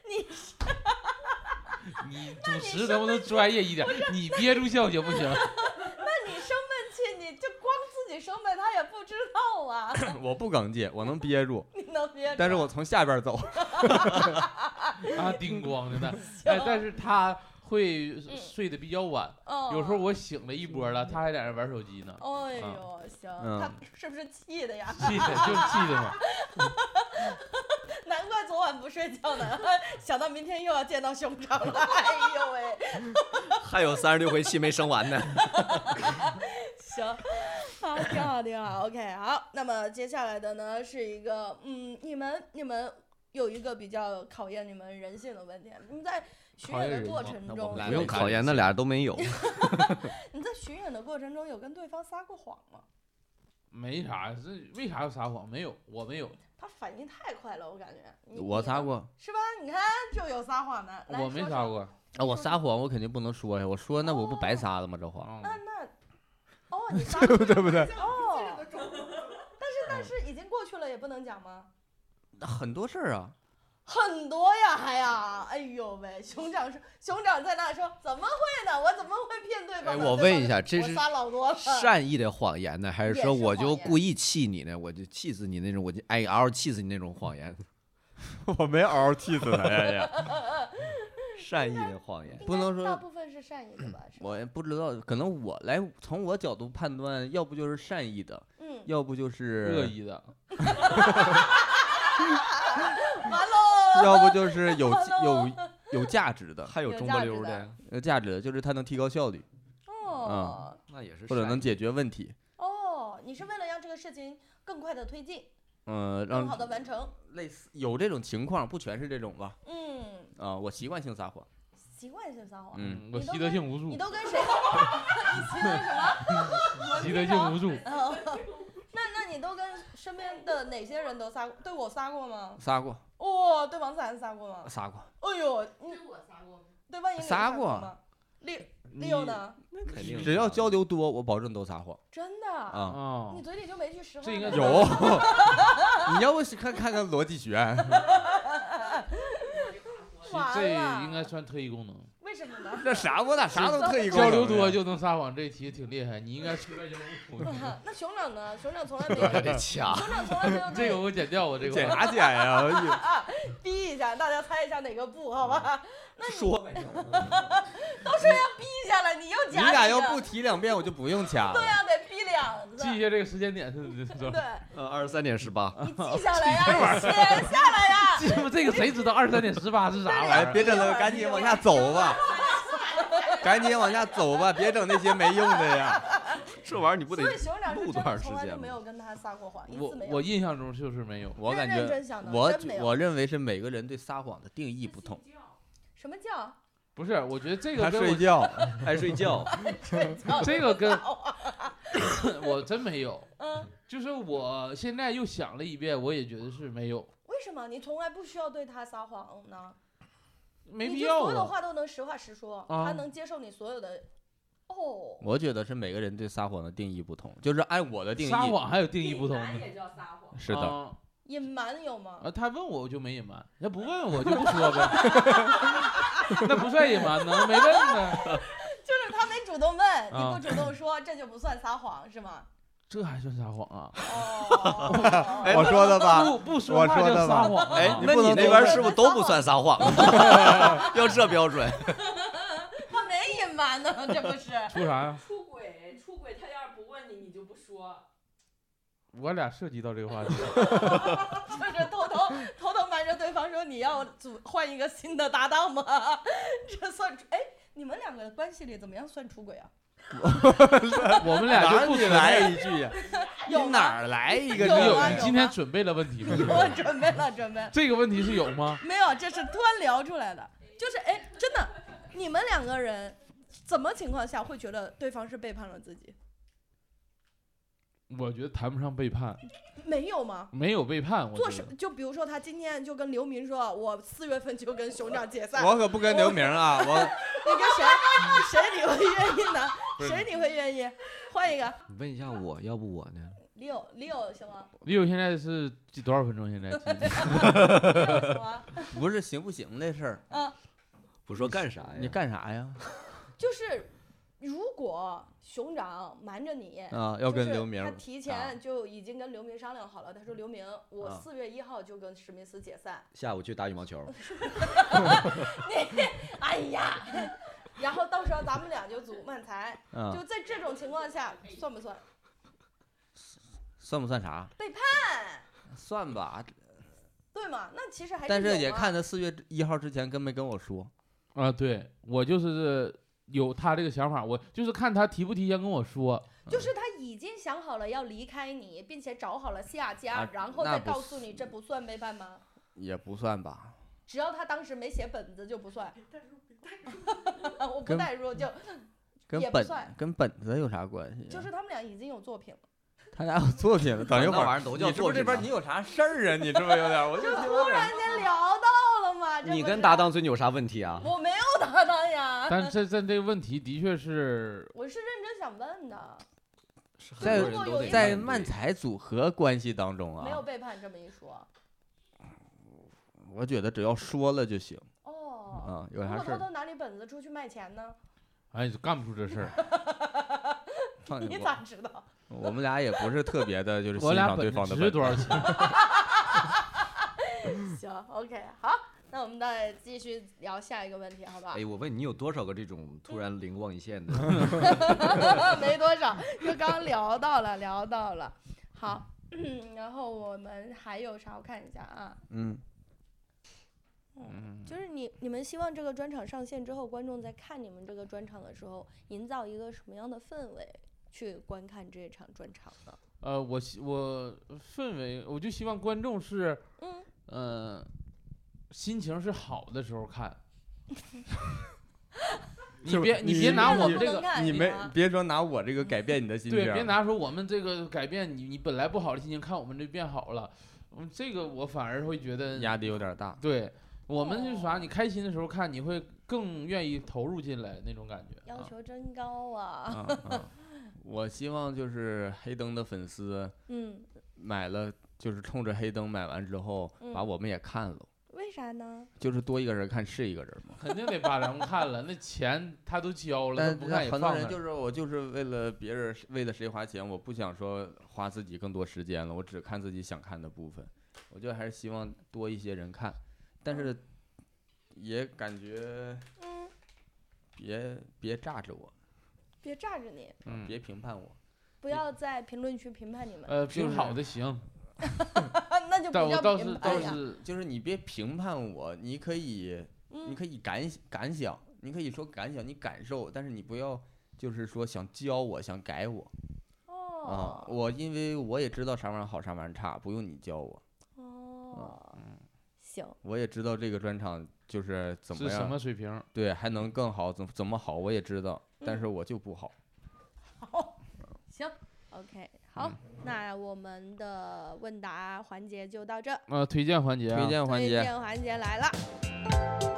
Speaker 2: 你是
Speaker 1: 你主持能不能专业一点？你憋住笑行不行？
Speaker 2: 那你生闷气，你就光自己生呗，他也不知道啊，
Speaker 4: 我不哽咽，我能憋住，
Speaker 2: 你能憋住？
Speaker 4: 但是我从下边走。
Speaker 1: 啊，叮 咣的呢。哎，但是他会睡得比较晚，
Speaker 2: 嗯
Speaker 1: 有时候，啊我醒了一波了，他还在那玩手机呢。
Speaker 2: 哎呦，行，
Speaker 4: 嗯
Speaker 2: 他是不是气的呀？
Speaker 1: 气的，就是气的嘛。
Speaker 2: 难怪昨晚不睡觉呢， 想到明天又要见到兄长 了，哎呦喂，
Speaker 7: 还有三十六回气没生完呢。
Speaker 2: 行，好，挺好，挺好，OK，好，那么接下来的呢是一个，嗯，你们你们有一个比较考验你们人性的问题，你们在巡
Speaker 1: 考验
Speaker 2: 演
Speaker 1: 人
Speaker 2: 的过
Speaker 1: 性
Speaker 2: 程
Speaker 1: 那我
Speaker 2: 中
Speaker 1: 们来
Speaker 7: 不用
Speaker 1: 看
Speaker 7: 考
Speaker 1: 一
Speaker 7: 研，
Speaker 1: 下
Speaker 7: 那俩都没有。
Speaker 2: 你在巡演的过程中有跟对方撒过谎吗？
Speaker 1: 没啥，这为啥要撒谎？没有，我没有，
Speaker 2: 他反应太快了，我感觉。你
Speaker 4: 我撒，过
Speaker 2: 你是吧？你看就有撒谎的。来
Speaker 1: 我没
Speaker 2: 说
Speaker 1: 撒
Speaker 2: 说。
Speaker 1: 过。
Speaker 4: 啊，我撒谎，我肯定不能说呀，我说那我不白撒了吗？这话。
Speaker 1: 嗯
Speaker 2: 那那， 哦，你撒对
Speaker 4: 对不对？
Speaker 2: 哦。但是 但是已经过去了，也不能讲吗？
Speaker 4: 那很多事儿啊，
Speaker 2: 很多呀，还呀，哎呦喂！熊掌说，熊掌在那说，怎么会呢？我怎么会骗对方
Speaker 7: 哎
Speaker 2: 呢？
Speaker 7: 我
Speaker 2: 对
Speaker 7: 问
Speaker 2: 方
Speaker 7: 一
Speaker 2: 就
Speaker 7: 下这
Speaker 2: 我
Speaker 7: 是
Speaker 2: 撒老多了。
Speaker 7: 善意的谎言呢，还是
Speaker 2: 也
Speaker 7: 说
Speaker 2: 是
Speaker 7: 我就
Speaker 2: 谎言
Speaker 7: 故意气你呢？我就气死你那种，我就哎嗷气死你那种谎言，
Speaker 3: 我没嗷嗷气死他 呀！呀
Speaker 7: 善意的谎言。
Speaker 2: 应
Speaker 4: 不
Speaker 2: 该
Speaker 4: 能说
Speaker 2: 大部分是善意的吧？是吧
Speaker 4: 我也不知道，可能我来从我角度判断，要不就是善意的，
Speaker 2: 嗯，
Speaker 4: 要不就是
Speaker 1: 恶，意的，
Speaker 2: 完喽。
Speaker 4: 要不 就是有有有价值的，
Speaker 7: 还有
Speaker 2: 有
Speaker 7: 中
Speaker 2: 价
Speaker 7: 不
Speaker 2: 值
Speaker 7: 溜
Speaker 2: 的
Speaker 7: 的，
Speaker 4: 有价值的就是它能提高效率，嗯
Speaker 2: 哦
Speaker 7: 那也是
Speaker 4: 或者
Speaker 7: 善
Speaker 4: 能
Speaker 7: 意
Speaker 4: 解决问题，
Speaker 2: 哦，你是为了让这个事情更快的推进，
Speaker 4: 嗯，
Speaker 2: 更好
Speaker 4: 让
Speaker 2: 的完成。
Speaker 4: 类似有这种情况，不全是这种吧？
Speaker 2: 嗯，
Speaker 4: 啊，我习惯性撒谎，
Speaker 2: 习惯性撒谎。
Speaker 4: 嗯，
Speaker 1: 我
Speaker 2: 你都
Speaker 1: 习得
Speaker 2: 跟
Speaker 1: 性无
Speaker 2: 你
Speaker 1: 助，
Speaker 2: 都 跟谁？你习得什么？
Speaker 1: 习得性无助。
Speaker 2: 哦，那那你都跟身边的哪些人都撒过？对我撒过吗？
Speaker 4: 撒过，
Speaker 2: 哦，对王子涵撒过吗？
Speaker 4: 撒过，
Speaker 2: 哎呦，你
Speaker 8: 我撒过吗？
Speaker 2: 对万莹
Speaker 4: 撒
Speaker 2: 过
Speaker 4: 过
Speaker 2: 吗？六六呢？
Speaker 7: 那肯定，
Speaker 4: 只要交流多，我保证都撒谎
Speaker 2: 真的？
Speaker 4: 啊。
Speaker 1: 啊
Speaker 2: 你，嘴里就没句实话吗？
Speaker 1: 这应该
Speaker 4: 有， 你要不是看看看逻辑学，
Speaker 1: 其
Speaker 2: 完
Speaker 1: 这
Speaker 2: 了
Speaker 1: 应该算特异功能。
Speaker 2: 为什么呢？
Speaker 4: 这啥我咋啥都特意
Speaker 1: 交流多就能撒谎，这题挺厉害。你应该出来就
Speaker 2: 那熊掌呢？熊掌从来没有
Speaker 7: 掐，哎
Speaker 2: 熊掌从来没有
Speaker 1: 这
Speaker 2: 对
Speaker 1: 个我剪掉，我这
Speaker 4: 剪
Speaker 1: 个
Speaker 4: 啥剪呀？
Speaker 2: 逼一下，大家猜一下哪个不好吧？那你
Speaker 7: 说
Speaker 2: 逼一下了，你又
Speaker 4: 你
Speaker 2: 夹
Speaker 4: 俩
Speaker 2: 一
Speaker 4: 要
Speaker 2: 个
Speaker 4: 不提两遍，我就不用掐
Speaker 2: 对
Speaker 4: 了。
Speaker 2: 呀，得逼两次。
Speaker 1: 记一下这个时间点是是 吧？
Speaker 2: 对，
Speaker 7: 呃，二十三点十八，
Speaker 2: 你记下来呀，你写下来呀。
Speaker 1: 记不这个谁知道二十三点十八是啥玩
Speaker 4: 哎，
Speaker 1: 意儿？
Speaker 4: 别整了，赶紧往下走吧，赶紧往下走吧，别整那些没用的呀。
Speaker 7: 这玩意儿你不得
Speaker 2: 所以熊掌是
Speaker 7: 录
Speaker 2: 真
Speaker 7: 多
Speaker 2: 的
Speaker 7: 长
Speaker 2: 从
Speaker 7: 时
Speaker 2: 来就
Speaker 7: 间
Speaker 2: 没
Speaker 7: 吗？
Speaker 2: 有跟他撒过谎，一
Speaker 1: 我
Speaker 2: 次没有。
Speaker 1: 我印象中就是没有。
Speaker 4: 我感
Speaker 2: 认
Speaker 4: 觉
Speaker 2: 真想的，
Speaker 4: 我
Speaker 2: 真没有
Speaker 4: 我认为是每个人对撒谎的定义不同。
Speaker 2: 什么叫
Speaker 1: 不是，我觉得这个
Speaker 4: 他
Speaker 1: 跟
Speaker 4: 睡觉，
Speaker 7: 爱睡觉，
Speaker 1: 我这个 跟
Speaker 2: 好啊？
Speaker 1: 我真没有，
Speaker 2: 嗯，
Speaker 1: 就是我现在又想了一遍，我也觉得是没有，
Speaker 2: 为什么你从来不需要对他撒谎呢？
Speaker 1: 没
Speaker 2: 你
Speaker 1: 必
Speaker 2: 就
Speaker 1: 要
Speaker 2: 所有的
Speaker 1: 啊。
Speaker 2: 话都能实话实说，
Speaker 1: 啊
Speaker 2: 他能接受你所有的。哦，
Speaker 4: 我觉得是每个人对撒谎的定义不同， 就是按我的定义。
Speaker 1: 撒谎还有定义不同啊
Speaker 8: 隐
Speaker 1: 呢
Speaker 8: 瞒。也叫撒谎。
Speaker 4: 是的，
Speaker 1: 啊
Speaker 2: 隐瞒有吗？
Speaker 1: 啊，他问我我就没隐瞒，他不问我就不说呗， 那不算隐瞒呢，没问呢，
Speaker 2: 就是他没主动问，
Speaker 1: 啊
Speaker 2: 你不主动说，这就不算撒谎是吗？
Speaker 1: 这还算撒谎啊？
Speaker 2: 哦，
Speaker 4: 啊我说的吧，
Speaker 1: 不不说话叫撒谎啊？
Speaker 7: 哎，
Speaker 4: 那
Speaker 7: 那
Speaker 4: 你
Speaker 7: 你那
Speaker 4: 那
Speaker 7: 边
Speaker 4: 边
Speaker 7: 是
Speaker 2: 是
Speaker 7: 不
Speaker 2: 不
Speaker 7: 是
Speaker 2: 是
Speaker 7: 都
Speaker 2: 都
Speaker 7: 不
Speaker 2: 不算
Speaker 7: 算撒谎？ 要这标准，
Speaker 2: 他没隐瞒呢， 这不是？
Speaker 1: 出啥呀？
Speaker 8: 出轨，出轨，他要是不问你，你就不说。
Speaker 1: 我俩涉及到这个 话题，
Speaker 2: 就是偷偷偷偷瞒着对方说你要组换一个新的搭档吗？ 这算出哎？你们两个的关系里怎么样算出轨啊？
Speaker 1: 我们俩
Speaker 4: 哪
Speaker 1: 就
Speaker 4: 儿
Speaker 1: 不
Speaker 4: 你
Speaker 1: 存
Speaker 4: 来
Speaker 1: 在。
Speaker 4: 一 句呀？
Speaker 2: 有
Speaker 4: 你
Speaker 2: 吗
Speaker 4: 哪儿来一个
Speaker 1: 你
Speaker 4: 这
Speaker 2: 有
Speaker 1: 有
Speaker 2: 吗
Speaker 1: 你今天准备了问 题吗？
Speaker 2: 我准备了，准备了
Speaker 1: 这个问题是有吗？
Speaker 2: 没有，这是突然聊出来的。就是哎，真的，你们两个人怎么情况下会觉得对方是背叛了自己？
Speaker 1: 我觉得谈不上背叛，
Speaker 2: 没有吗？
Speaker 1: 没有背叛，我
Speaker 2: 做
Speaker 1: 觉
Speaker 2: 什
Speaker 1: 得
Speaker 2: 就比如说他今天就跟刘明说，我四月份就跟熊掌解散，
Speaker 4: 我可不跟刘明啊，我
Speaker 2: 你跟谁谁你会愿意呢？谁你会愿意？换一个
Speaker 7: 你问一下我，要不我呢？
Speaker 2: 六六行吗？
Speaker 1: 李友现在是几多少分钟？ 现
Speaker 4: 哎
Speaker 1: 在
Speaker 2: 六行吗？
Speaker 4: 不是行不行的事儿，
Speaker 7: 不说干啥呀？
Speaker 4: 你干啥呀？
Speaker 2: 就是如果熊掌瞒着你。
Speaker 4: 啊，要
Speaker 2: 就
Speaker 4: 跟
Speaker 2: 是
Speaker 4: 刘明
Speaker 2: 他
Speaker 4: 儿，
Speaker 2: 提
Speaker 4: 啊
Speaker 2: 前就已经跟刘明商量好了。他说：“刘明，我
Speaker 7: 啊
Speaker 2: 四月一号就跟史密斯解散。
Speaker 7: 下午去打羽毛球，
Speaker 2: 哎呀， 然后到时候咱们俩就组漫才。
Speaker 4: 嗯，
Speaker 2: 就在这种情况下，算不算？
Speaker 4: 算不算啥？
Speaker 2: 背
Speaker 4: 叛？算吧，啊
Speaker 2: 对吗？那其实还
Speaker 4: 但
Speaker 2: 是
Speaker 4: 是
Speaker 2: 有啊
Speaker 4: 也
Speaker 2: 嘛
Speaker 4: 看他四月一号之前跟没跟我说。
Speaker 1: 啊，对我就是有他这个想法，我就是看他提不提前跟我说。
Speaker 2: 就是他已经想好了要离开你，并且找好了下家，
Speaker 4: 啊
Speaker 2: 然后
Speaker 4: 那
Speaker 2: 再
Speaker 4: 不
Speaker 2: 告诉
Speaker 4: 是
Speaker 2: 你，这不算背叛吗？
Speaker 4: 也不算吧，
Speaker 2: 只要他当时没写本子就不算。 我不
Speaker 4: 跟
Speaker 2: 带入就
Speaker 7: 嗯
Speaker 4: 跟
Speaker 2: 也不
Speaker 4: 本
Speaker 2: 算
Speaker 4: 跟本子有啥关系啊？
Speaker 2: 就是他们俩已经有作品了，
Speaker 4: 他俩有作品 了，等一
Speaker 7: 那
Speaker 4: 会儿
Speaker 7: 玩意儿都叫
Speaker 4: 你是不
Speaker 7: 作
Speaker 4: 是这
Speaker 7: 品
Speaker 4: 边
Speaker 7: 呢
Speaker 4: 你有啥事儿啊？你 这么有点儿，我就
Speaker 2: 就
Speaker 4: 听
Speaker 2: 突
Speaker 4: 着
Speaker 2: 然间聊到了嘛。这
Speaker 7: 你
Speaker 2: 不
Speaker 7: 跟
Speaker 2: 是
Speaker 7: 搭档最近有啥问题啊？
Speaker 2: 我没有搭档
Speaker 4: 啊
Speaker 2: 呀，
Speaker 1: 但这这这个问题的确是，
Speaker 2: 我是认真想问的，
Speaker 7: 很多
Speaker 4: 在
Speaker 7: 人都得
Speaker 4: 在
Speaker 7: 面对
Speaker 4: 漫才组合关系当中
Speaker 2: 没有
Speaker 4: 啊，
Speaker 2: 背叛这么一说。
Speaker 4: 我觉得只要说了就行
Speaker 7: 嗯
Speaker 2: 哦，
Speaker 4: 啊，有
Speaker 2: 如
Speaker 4: 啥
Speaker 2: 果
Speaker 4: 事
Speaker 2: 偷
Speaker 4: 儿
Speaker 2: 偷拿你本子出去卖钱呢？
Speaker 1: 哎，干不出这事儿。
Speaker 4: 放
Speaker 2: 你
Speaker 4: 心
Speaker 2: 咋
Speaker 4: 吧。
Speaker 2: 知道？
Speaker 4: 我们俩也不是特别的，就是
Speaker 1: 我
Speaker 4: 欣
Speaker 1: 俩
Speaker 4: 赏对
Speaker 1: 本
Speaker 4: 方
Speaker 1: 子
Speaker 4: 的
Speaker 1: 值
Speaker 4: 本
Speaker 1: 多少钱？
Speaker 2: 行，OK，好，那我们再继续聊下一个问题，好不好？
Speaker 7: 哎，我问你有多少个这种突然灵光一现的？
Speaker 2: 啊没多少，就刚聊到了，聊到了。好， 然后我们还有啥？我看一下啊，
Speaker 4: 嗯，
Speaker 1: 嗯
Speaker 2: 就是你你们希望这个专场上线之后，观众在看你们这个专场的时候，营造一个什么样的氛围去观看这一场专场呢？
Speaker 1: 呃，我希我氛围，我就希望观众是，呃
Speaker 2: 嗯，
Speaker 1: 嗯、心情是好的时候看。你
Speaker 4: 是不
Speaker 1: 别
Speaker 4: 是
Speaker 1: 你
Speaker 4: 你
Speaker 1: 别拿我们
Speaker 2: 不
Speaker 1: 这
Speaker 2: 能
Speaker 1: 个。
Speaker 2: 看
Speaker 4: 你没
Speaker 2: 啊
Speaker 4: 别说拿我这个改变你的心情，啊
Speaker 1: 对，别拿说我们这个改变你，你本来不好的心情，看我们这变好了，嗯，这个我反而会觉得
Speaker 4: 压力有 点大。
Speaker 1: 对，我们就是啥，你开心的时候看，你会更愿意投入进来那种感觉。
Speaker 2: 要
Speaker 1: 啊、
Speaker 2: 求真高啊。
Speaker 4: 啊啊我希望就是黑灯的粉丝
Speaker 2: 嗯，
Speaker 4: 买了，就是冲着黑灯买完之后，把
Speaker 2: 嗯
Speaker 4: 我们也看了，
Speaker 2: 为啥呢？
Speaker 4: 就是多一个人看是一个人嘛。
Speaker 1: 肯定得把咱们看了，那钱他都交了，
Speaker 4: 但
Speaker 1: 他不看也
Speaker 4: 很
Speaker 1: 放
Speaker 4: 多人
Speaker 1: 那
Speaker 4: 就
Speaker 1: 儿。
Speaker 4: 是我就是为了别人为了谁花钱，我不想说花自己更多时间了，我只看自己想看的部分。我觉得还是希望多一些人看，但是也感觉
Speaker 2: 嗯，
Speaker 4: 别别炸着我，
Speaker 2: 别炸着你，
Speaker 1: 嗯，
Speaker 4: 啊别评判我。
Speaker 2: 不要在评论区评判你们，
Speaker 1: 呃，
Speaker 4: 就
Speaker 1: 评
Speaker 4: 是
Speaker 1: 好的行，
Speaker 2: 那就
Speaker 1: 但
Speaker 2: 不
Speaker 1: 我
Speaker 2: 叫
Speaker 1: 倒是
Speaker 2: 评
Speaker 1: 倒
Speaker 2: 判呀。
Speaker 1: 是
Speaker 4: 就是你别评判我，你可以你
Speaker 2: 嗯，
Speaker 4: 可以感感想，你可以说感想，你感受，但是你不要就是说想教我，想改我啊、
Speaker 2: 哦，
Speaker 4: 我因为我也知道啥玩意儿好，啥玩意儿差，不用你教我，
Speaker 2: 哦， 行，
Speaker 4: 我也知道这个专场就是怎
Speaker 1: 是
Speaker 4: 么
Speaker 1: 什
Speaker 4: 样，
Speaker 1: 么水平？
Speaker 4: 对，还能更好，怎怎么好我也知道，但
Speaker 2: 嗯
Speaker 4: 是我就不好。
Speaker 2: 好，行，OK，好，那我们的问答环节就到这，
Speaker 1: 呃，推荐环节、啊，
Speaker 4: 推荐环
Speaker 2: 推
Speaker 4: 节，
Speaker 2: 荐环节来了。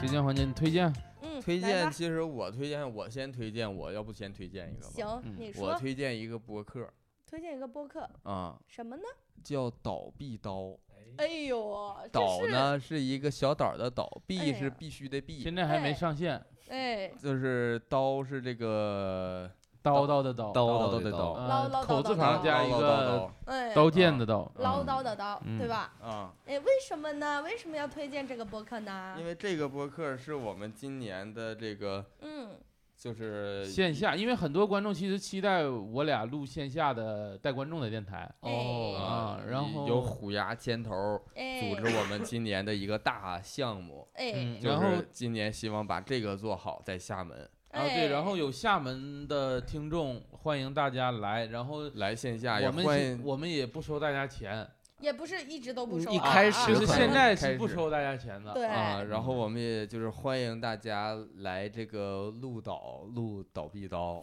Speaker 1: 推荐环节，你推荐
Speaker 2: 嗯，
Speaker 4: 推
Speaker 2: 来
Speaker 4: 荐
Speaker 2: 吧
Speaker 4: 其实我推荐，我先推荐，我要不先推荐一个吧，
Speaker 2: 行，
Speaker 1: 嗯
Speaker 2: 你
Speaker 4: 我
Speaker 2: 说
Speaker 4: 推荐一个播客
Speaker 2: 推荐一个播客
Speaker 4: 啊、
Speaker 2: 什么呢？
Speaker 4: 叫倒闭刀，
Speaker 2: 哎呦，这
Speaker 4: 倒
Speaker 2: 是，
Speaker 4: 呢是一个小岛的岛，
Speaker 2: 哎
Speaker 4: 必是
Speaker 2: 呀
Speaker 4: 必须的必。
Speaker 1: 现在还没
Speaker 2: 对
Speaker 1: 上线，
Speaker 2: 哎，
Speaker 4: 就是刀是 这个
Speaker 1: 叨叨的叨，
Speaker 7: 叨
Speaker 4: 叨
Speaker 7: 叨
Speaker 4: 的
Speaker 7: 叨
Speaker 4: 叨，
Speaker 2: 唠
Speaker 1: 呃，
Speaker 2: 唠
Speaker 1: 口
Speaker 2: 叨
Speaker 1: 字
Speaker 2: 叨
Speaker 1: 旁
Speaker 2: 叨
Speaker 1: 加一
Speaker 4: 叨叨
Speaker 1: 个
Speaker 2: 哎，
Speaker 1: 刀剑的刀，
Speaker 2: 唠叨的叨，对
Speaker 1: 嗯
Speaker 2: 吧？
Speaker 4: 叨啊，
Speaker 2: 哎，为什么呢？为什么要推荐这个播客呢
Speaker 4: 因？为这个播客是我们今年的这个
Speaker 2: 嗯，
Speaker 4: 就是
Speaker 1: 线下，因为很多观众其实期待我俩录线下的带观众的电台。
Speaker 2: 哦
Speaker 1: 啊
Speaker 4: 呃
Speaker 1: 然
Speaker 4: 由
Speaker 1: 后
Speaker 4: 虎牙牵头
Speaker 2: 哎，
Speaker 4: 组织我们今年的一个大 项目，
Speaker 2: 哎
Speaker 1: 嗯，
Speaker 4: 就
Speaker 1: 然后
Speaker 4: 是今年希望把这个做好，在厦门
Speaker 1: 啊，对，然后
Speaker 2: 哎
Speaker 1: 有厦门的听众，欢迎大家来。然后
Speaker 4: 来线下也
Speaker 1: 我们
Speaker 4: 欢
Speaker 1: 是
Speaker 4: 迎。
Speaker 1: 我们也不收大家钱，
Speaker 2: 也不是一直都不收啊，
Speaker 7: 一开
Speaker 2: 啊
Speaker 7: 始
Speaker 1: 就是
Speaker 7: 可
Speaker 1: 现
Speaker 7: 能
Speaker 1: 在
Speaker 4: 开
Speaker 1: 是不
Speaker 4: 始
Speaker 1: 收大家钱的。
Speaker 2: 对，
Speaker 4: 啊，然
Speaker 1: 嗯
Speaker 4: 后我们也就是欢迎大家来这个鹿岛鹿岛 必刀，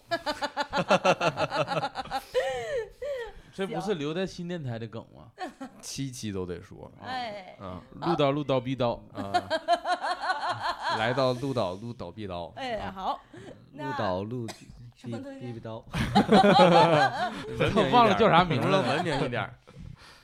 Speaker 1: 这不
Speaker 2: 行
Speaker 1: 是留在新电台的梗 吗？
Speaker 4: 七期都得说，
Speaker 2: 哎，
Speaker 4: 啊，
Speaker 1: 录刀录刀逼刀，
Speaker 4: 啊，
Speaker 2: 啊
Speaker 4: 来到鹿岛鹿岛必 刀，
Speaker 2: 哎，好，
Speaker 7: 鹿
Speaker 2: 那
Speaker 7: 岛鹿地
Speaker 2: 什么东西
Speaker 7: 地刀，
Speaker 4: 文明一
Speaker 1: 忘了
Speaker 4: 点
Speaker 1: 叫啥
Speaker 4: 儿
Speaker 1: 名
Speaker 4: 文
Speaker 1: 了
Speaker 4: 文明一点儿。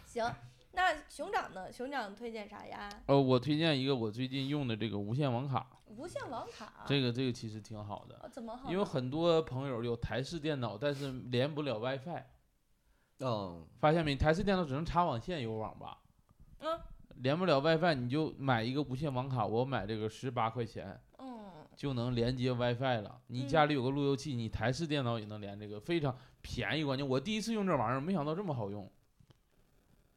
Speaker 2: 行，那熊掌呢？熊掌推荐啥呀？
Speaker 1: 呃，我推荐一个我最近用的这个无线网卡，
Speaker 2: 无线网卡，
Speaker 1: 这个这个其实挺好的，
Speaker 2: 哦怎么好呢？
Speaker 1: 因为很多朋友有台式电脑，但是连不了 WiFi，
Speaker 7: 嗯，
Speaker 1: 发现没？台式电脑只能插网线有网吧，
Speaker 2: 嗯，
Speaker 1: 连不了 WiFi，你就买一个无线网卡，我买这个十八块钱
Speaker 2: 嗯，
Speaker 1: 就能连接 WiFi 了。你家里有个路由器，你台式电脑也能连这个，非常便宜。关键我第一次用这玩意儿，没想到这么好用。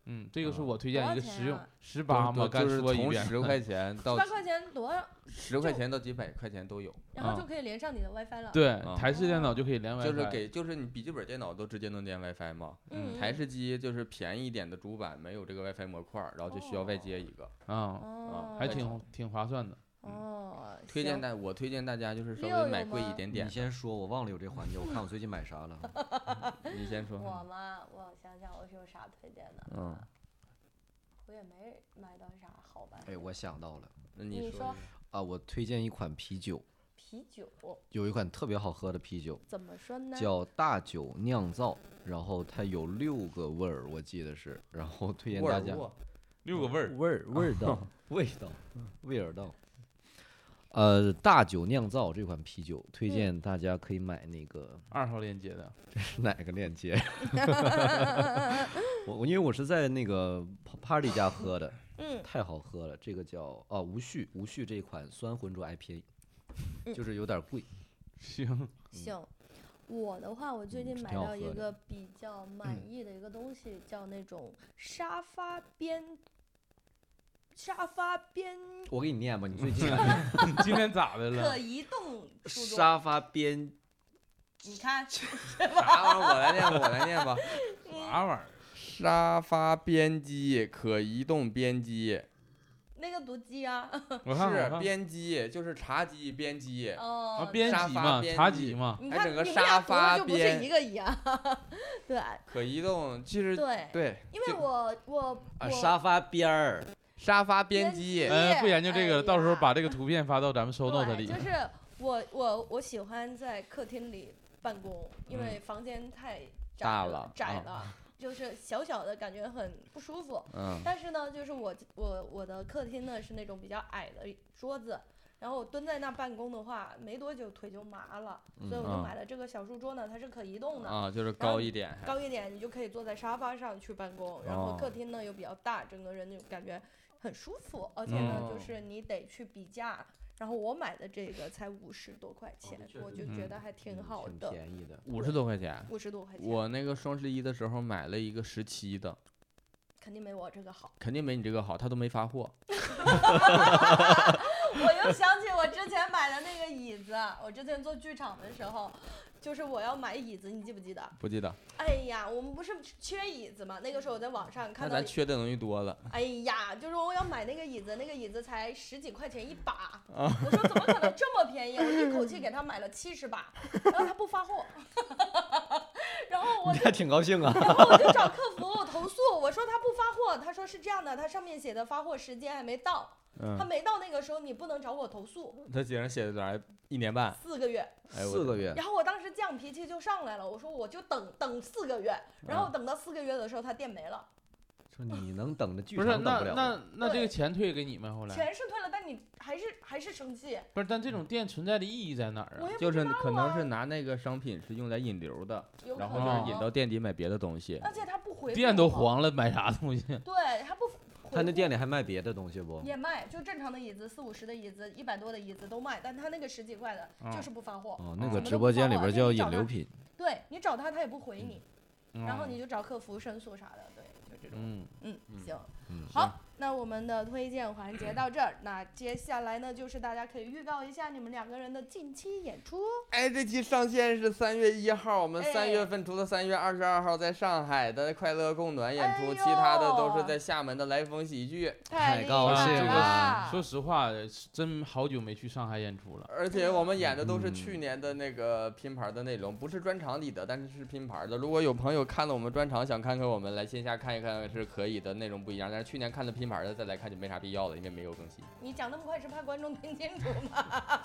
Speaker 1: 嗯，这个是
Speaker 4: 啊
Speaker 1: 我推
Speaker 2: 多
Speaker 1: 荐
Speaker 2: 少
Speaker 1: 一个
Speaker 2: 钱
Speaker 1: 实用
Speaker 2: 啊，
Speaker 1: 十八
Speaker 4: 就
Speaker 1: 嘛，
Speaker 4: 是
Speaker 1: 干
Speaker 4: 就是
Speaker 1: 说一
Speaker 4: 从
Speaker 1: 遍。
Speaker 4: 十块钱 到
Speaker 2: 十八块钱多少？
Speaker 4: 十块钱到几百块 钱都有，
Speaker 2: 然后
Speaker 1: 啊
Speaker 2: 就可以连上你的 WiFi 了。，
Speaker 1: 对，
Speaker 4: 啊
Speaker 1: 台式电嗯脑就可以连 WiFi，
Speaker 4: 就是给就是你笔记本电脑都直接能连 WiFi 嘛。
Speaker 2: 嗯，
Speaker 4: 台式机就是便宜一点的主板没有这个 WiFi 模块儿，然后就需要外接一个。
Speaker 1: 啊，
Speaker 2: 哦，
Speaker 1: 还挺挺划算的。
Speaker 2: 哦，
Speaker 4: 推荐
Speaker 2: 行
Speaker 4: 大我推荐大家就是稍
Speaker 2: 六有
Speaker 4: 微买贵一
Speaker 2: 吗
Speaker 4: 点
Speaker 7: 你
Speaker 4: 点。
Speaker 7: 先说，我忘了有这环节，我看我最近买啥了。
Speaker 4: 你先说，
Speaker 2: 我嘛，我想想我是有啥推荐的，
Speaker 4: 嗯，
Speaker 2: 我也没买到啥好玩的。
Speaker 7: 哎，我想到了
Speaker 4: 那
Speaker 2: 你
Speaker 4: 你
Speaker 2: 说
Speaker 4: 说
Speaker 7: 啊，我推荐一款啤酒，
Speaker 2: 啤酒
Speaker 7: 有一款特别好喝的啤酒，
Speaker 2: 怎么说呢？
Speaker 7: 叫大酒酿造，然后它有六个味儿，我记得是，然后推荐
Speaker 4: 沃
Speaker 7: 大
Speaker 4: 尔
Speaker 7: 家
Speaker 4: 沃
Speaker 1: 六个味儿，
Speaker 7: 味儿味道味道味儿道。呃，大酒酿造这款啤酒，推
Speaker 2: 嗯
Speaker 7: 荐大家可以买那个
Speaker 1: 二号链接的，
Speaker 7: 是哪个链接？ 我我因为我是在那个 Party 家喝的，
Speaker 2: 嗯
Speaker 7: 太好喝了。这个叫啊无序无序这款酸浑浊 IPA，
Speaker 2: 嗯
Speaker 7: 就是有点贵。
Speaker 1: 行，
Speaker 2: 行。我的话，我最
Speaker 7: 嗯
Speaker 2: 近
Speaker 7: 是
Speaker 2: 买
Speaker 7: 挺好
Speaker 2: 到一
Speaker 7: 喝的
Speaker 2: 个比较满意的一个东西，叫那种沙发边沙发边
Speaker 7: 我给你念吧，你 最近
Speaker 1: 今天咋的
Speaker 2: 可
Speaker 1: 了？
Speaker 2: 移动书桌。
Speaker 7: 沙发边
Speaker 2: 你看，
Speaker 4: 啥玩意儿？我来念吧，我来念 吧。
Speaker 2: 嗯
Speaker 1: 啥玩意儿？
Speaker 4: 沙发边机可移动边机，
Speaker 2: 那个读鸡啊，
Speaker 1: 我看我
Speaker 3: 是
Speaker 1: 看
Speaker 3: 编辑，就是茶几编辑，
Speaker 1: 啊，
Speaker 2: 哦，
Speaker 1: 编
Speaker 3: 沙
Speaker 1: 辑
Speaker 3: 发
Speaker 1: 嘛，
Speaker 3: 编
Speaker 1: 茶
Speaker 3: 辑
Speaker 1: 几嘛，
Speaker 2: 你
Speaker 3: 还
Speaker 2: 看
Speaker 3: 整个
Speaker 2: 你们俩
Speaker 3: 沙
Speaker 2: 读的
Speaker 3: 发
Speaker 2: 就不是
Speaker 3: 边
Speaker 2: 一个一样，对
Speaker 3: 可移动，其实
Speaker 2: 对，
Speaker 3: 对，
Speaker 2: 因为
Speaker 3: 就
Speaker 2: 我我
Speaker 7: 啊，
Speaker 2: 我
Speaker 7: 沙发边儿，
Speaker 3: 沙发编
Speaker 2: 编
Speaker 3: 辑
Speaker 2: 辑
Speaker 1: 呃，不研究这个了，到时候
Speaker 2: 哎呀
Speaker 1: 把这个图片发到咱们 show
Speaker 2: 对，
Speaker 1: note 里。
Speaker 2: 就是我我我喜欢在客厅里办公，因为房间太窄
Speaker 4: 大
Speaker 2: 了
Speaker 4: 了，
Speaker 2: 窄
Speaker 4: 啊
Speaker 2: 了，就是小小的感觉很不舒服。
Speaker 4: 嗯，
Speaker 2: 但是呢，就是我我我的客厅呢是那种比较矮的桌子，然后我蹲在那办公的话，没多久腿就麻了，所以我就
Speaker 4: 嗯
Speaker 2: 买了这个小书桌呢，它是可移动的。
Speaker 4: 啊，就是
Speaker 2: 然后
Speaker 4: 高一点还，
Speaker 2: 高一点，你就可以坐在沙发上去办公，然后
Speaker 4: 哦
Speaker 2: 客厅呢又比较大，整个人就感觉很舒服，而且呢，就
Speaker 4: 哦
Speaker 2: 是你得去比价。然后我买的这个才五十多块
Speaker 7: 哦
Speaker 2: 钱，我就觉得
Speaker 4: 嗯
Speaker 2: 还挺好
Speaker 7: 嗯挺
Speaker 2: 的，
Speaker 7: 便宜的。
Speaker 4: 五十多块钱。
Speaker 2: 五十多块钱，
Speaker 4: 我那个双十一的时候买了一个十七的，
Speaker 2: 肯定没我这个好。
Speaker 4: 肯定没你这个好，他都没发货。
Speaker 2: 我又想起我之前买的那个椅子，我之前做剧场的时候，就是我要买椅子，你记不记得？
Speaker 4: 不记得，
Speaker 2: 哎呀，我们不是缺椅子嘛？那个时候我在网上看
Speaker 4: 那
Speaker 2: 到
Speaker 4: 咱缺的东西多了。
Speaker 2: 哎呀，就是我要买那个椅子，那个椅子才十几块钱一把，
Speaker 4: 啊
Speaker 2: 我说怎么可能这么便宜？我一口气给他买了七十把，然后他不发货， 然后我
Speaker 7: 你 还挺高兴 啊？
Speaker 2: 然后我就找客服投诉，我说他不发货，他说是这样的，他上面写的发货时间还没到，他
Speaker 4: 嗯，
Speaker 2: 没到那个时候你不能找我投诉，
Speaker 4: 他竟然写的来一年半，
Speaker 2: 四个月。
Speaker 4: 哎我
Speaker 7: 四个月，
Speaker 2: 然后我当时犟脾气就上来了，我说我就等等四个
Speaker 4: 啊
Speaker 2: 月，然后等到四个月的时候他店没了，
Speaker 7: 说你能等着，剧
Speaker 1: 不
Speaker 7: 场
Speaker 1: 是，
Speaker 7: 等
Speaker 1: 那
Speaker 7: 不了。
Speaker 1: 那那这
Speaker 2: 对
Speaker 1: 个钱退给你们后来？
Speaker 2: 钱是退了，但你还是还是生气，
Speaker 1: 不是，但这种店存在的意义在哪儿
Speaker 2: 我
Speaker 1: 啊？
Speaker 2: 也不
Speaker 4: 就是
Speaker 2: 知道
Speaker 4: 可能
Speaker 2: 啊
Speaker 4: 是拿那个商品是用来引流的，
Speaker 2: 有
Speaker 4: 然
Speaker 2: 可
Speaker 4: 后就
Speaker 2: 能啊
Speaker 4: 是引到店底买别的东西。
Speaker 2: 而且他不回
Speaker 1: 店
Speaker 2: 复
Speaker 1: 都
Speaker 2: 我，
Speaker 1: 黄了，买啥东西？
Speaker 2: 对他不回复。
Speaker 7: 他那店里还卖别的东西不？
Speaker 2: 也卖，就正常的椅子四五十的椅子，一百多的椅子都卖，但他那个十几块的，
Speaker 1: 嗯
Speaker 2: 就是不发货。
Speaker 7: 哦，那
Speaker 2: 怎
Speaker 7: 个
Speaker 2: 么
Speaker 7: 直
Speaker 2: 都
Speaker 7: 播
Speaker 2: 不
Speaker 7: 间
Speaker 2: 发
Speaker 7: 里
Speaker 2: 货
Speaker 7: 边
Speaker 2: 而且
Speaker 7: 叫
Speaker 2: 你
Speaker 7: 引
Speaker 2: 找
Speaker 7: 流
Speaker 2: 他
Speaker 7: 品，
Speaker 2: 对你找他，他也不回你， 然后
Speaker 1: 嗯
Speaker 2: 你就找客服申诉啥的，对，就这种。
Speaker 1: 嗯，
Speaker 2: 嗯，行，
Speaker 7: 嗯
Speaker 2: 好，那我们的推荐环节到这儿，那接下来呢，就是大家可以预告一下你们两个人的近期演出。
Speaker 3: 哎，这期上线是三月一号，我们
Speaker 2: 哎
Speaker 3: 三月份除了三月二十二号在上海的快乐供暖演
Speaker 2: 哎
Speaker 3: 出，
Speaker 2: 呦
Speaker 3: 其他的都是在厦门的来风喜剧。
Speaker 7: 太
Speaker 2: 厉
Speaker 7: 高
Speaker 2: 害
Speaker 1: 兴
Speaker 2: 了！
Speaker 1: 啊说实话，呃真好久没去上海演出了。
Speaker 3: 而且我们演的都
Speaker 6: 嗯
Speaker 3: 是去年的那个拼盘的内容，不是专场里的，但是是拼盘的。如果有朋友看了我们专场，想看看我们来线下看一看是可以的，内容不一样。但是去年看的拼盘的再来看就没啥必要了，因为没有更新。
Speaker 2: 你讲那么快是怕观众听清楚吗？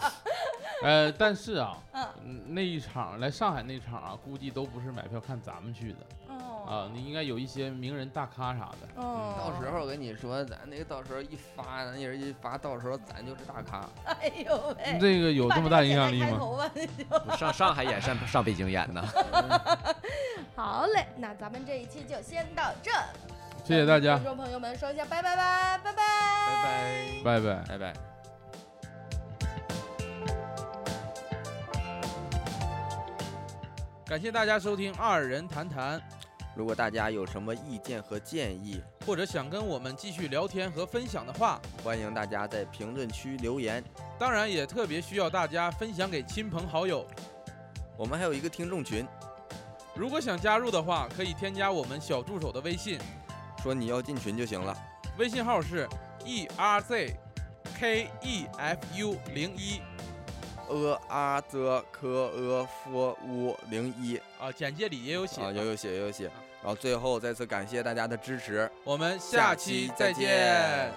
Speaker 1: 呃，但是啊，
Speaker 2: 嗯
Speaker 1: 嗯那一场来上海那场啊，估计都不是买票看咱们去的啊嗯
Speaker 2: 哦，，
Speaker 1: 你应该有一些名人大咖啥的。
Speaker 2: 哦，
Speaker 3: 到时候我跟你说，咱那个到时候一发，咱也是一发，到时候咱就是大咖。
Speaker 2: 哎呦喂，
Speaker 1: 这个有这么大影响力
Speaker 2: 把这个剪裁开
Speaker 1: 吗？
Speaker 2: 头发
Speaker 7: 上上海演，上上北京演呢。
Speaker 2: 好嘞，那咱们这一期就先到这，
Speaker 1: 谢谢大家
Speaker 2: 观，众朋友们说一下拜拜拜拜拜
Speaker 3: 拜拜。
Speaker 2: 拜。
Speaker 1: 拜拜。
Speaker 4: 拜拜。
Speaker 1: 感谢大家收听《二人谈谈》，
Speaker 6: 如果大家有什么意见和建议，
Speaker 1: 或者想跟我们继续聊天和分享的话，
Speaker 6: 欢迎大家在评论区留言。
Speaker 1: 当然也特别需要大家分享给亲朋好友。
Speaker 6: 我们还有一个听众群，
Speaker 1: 如果想加入的话，可以添加我们小助手的微信，
Speaker 6: 说你要进群就行了。
Speaker 1: 微信号是 e r z k e f u 零一
Speaker 6: 呃啊则科呃 f 乌零一
Speaker 1: 啊，简介里也有写。
Speaker 6: 啊，有有写有有写。然后最后再次感谢大家的支持，
Speaker 1: 我们下期再见。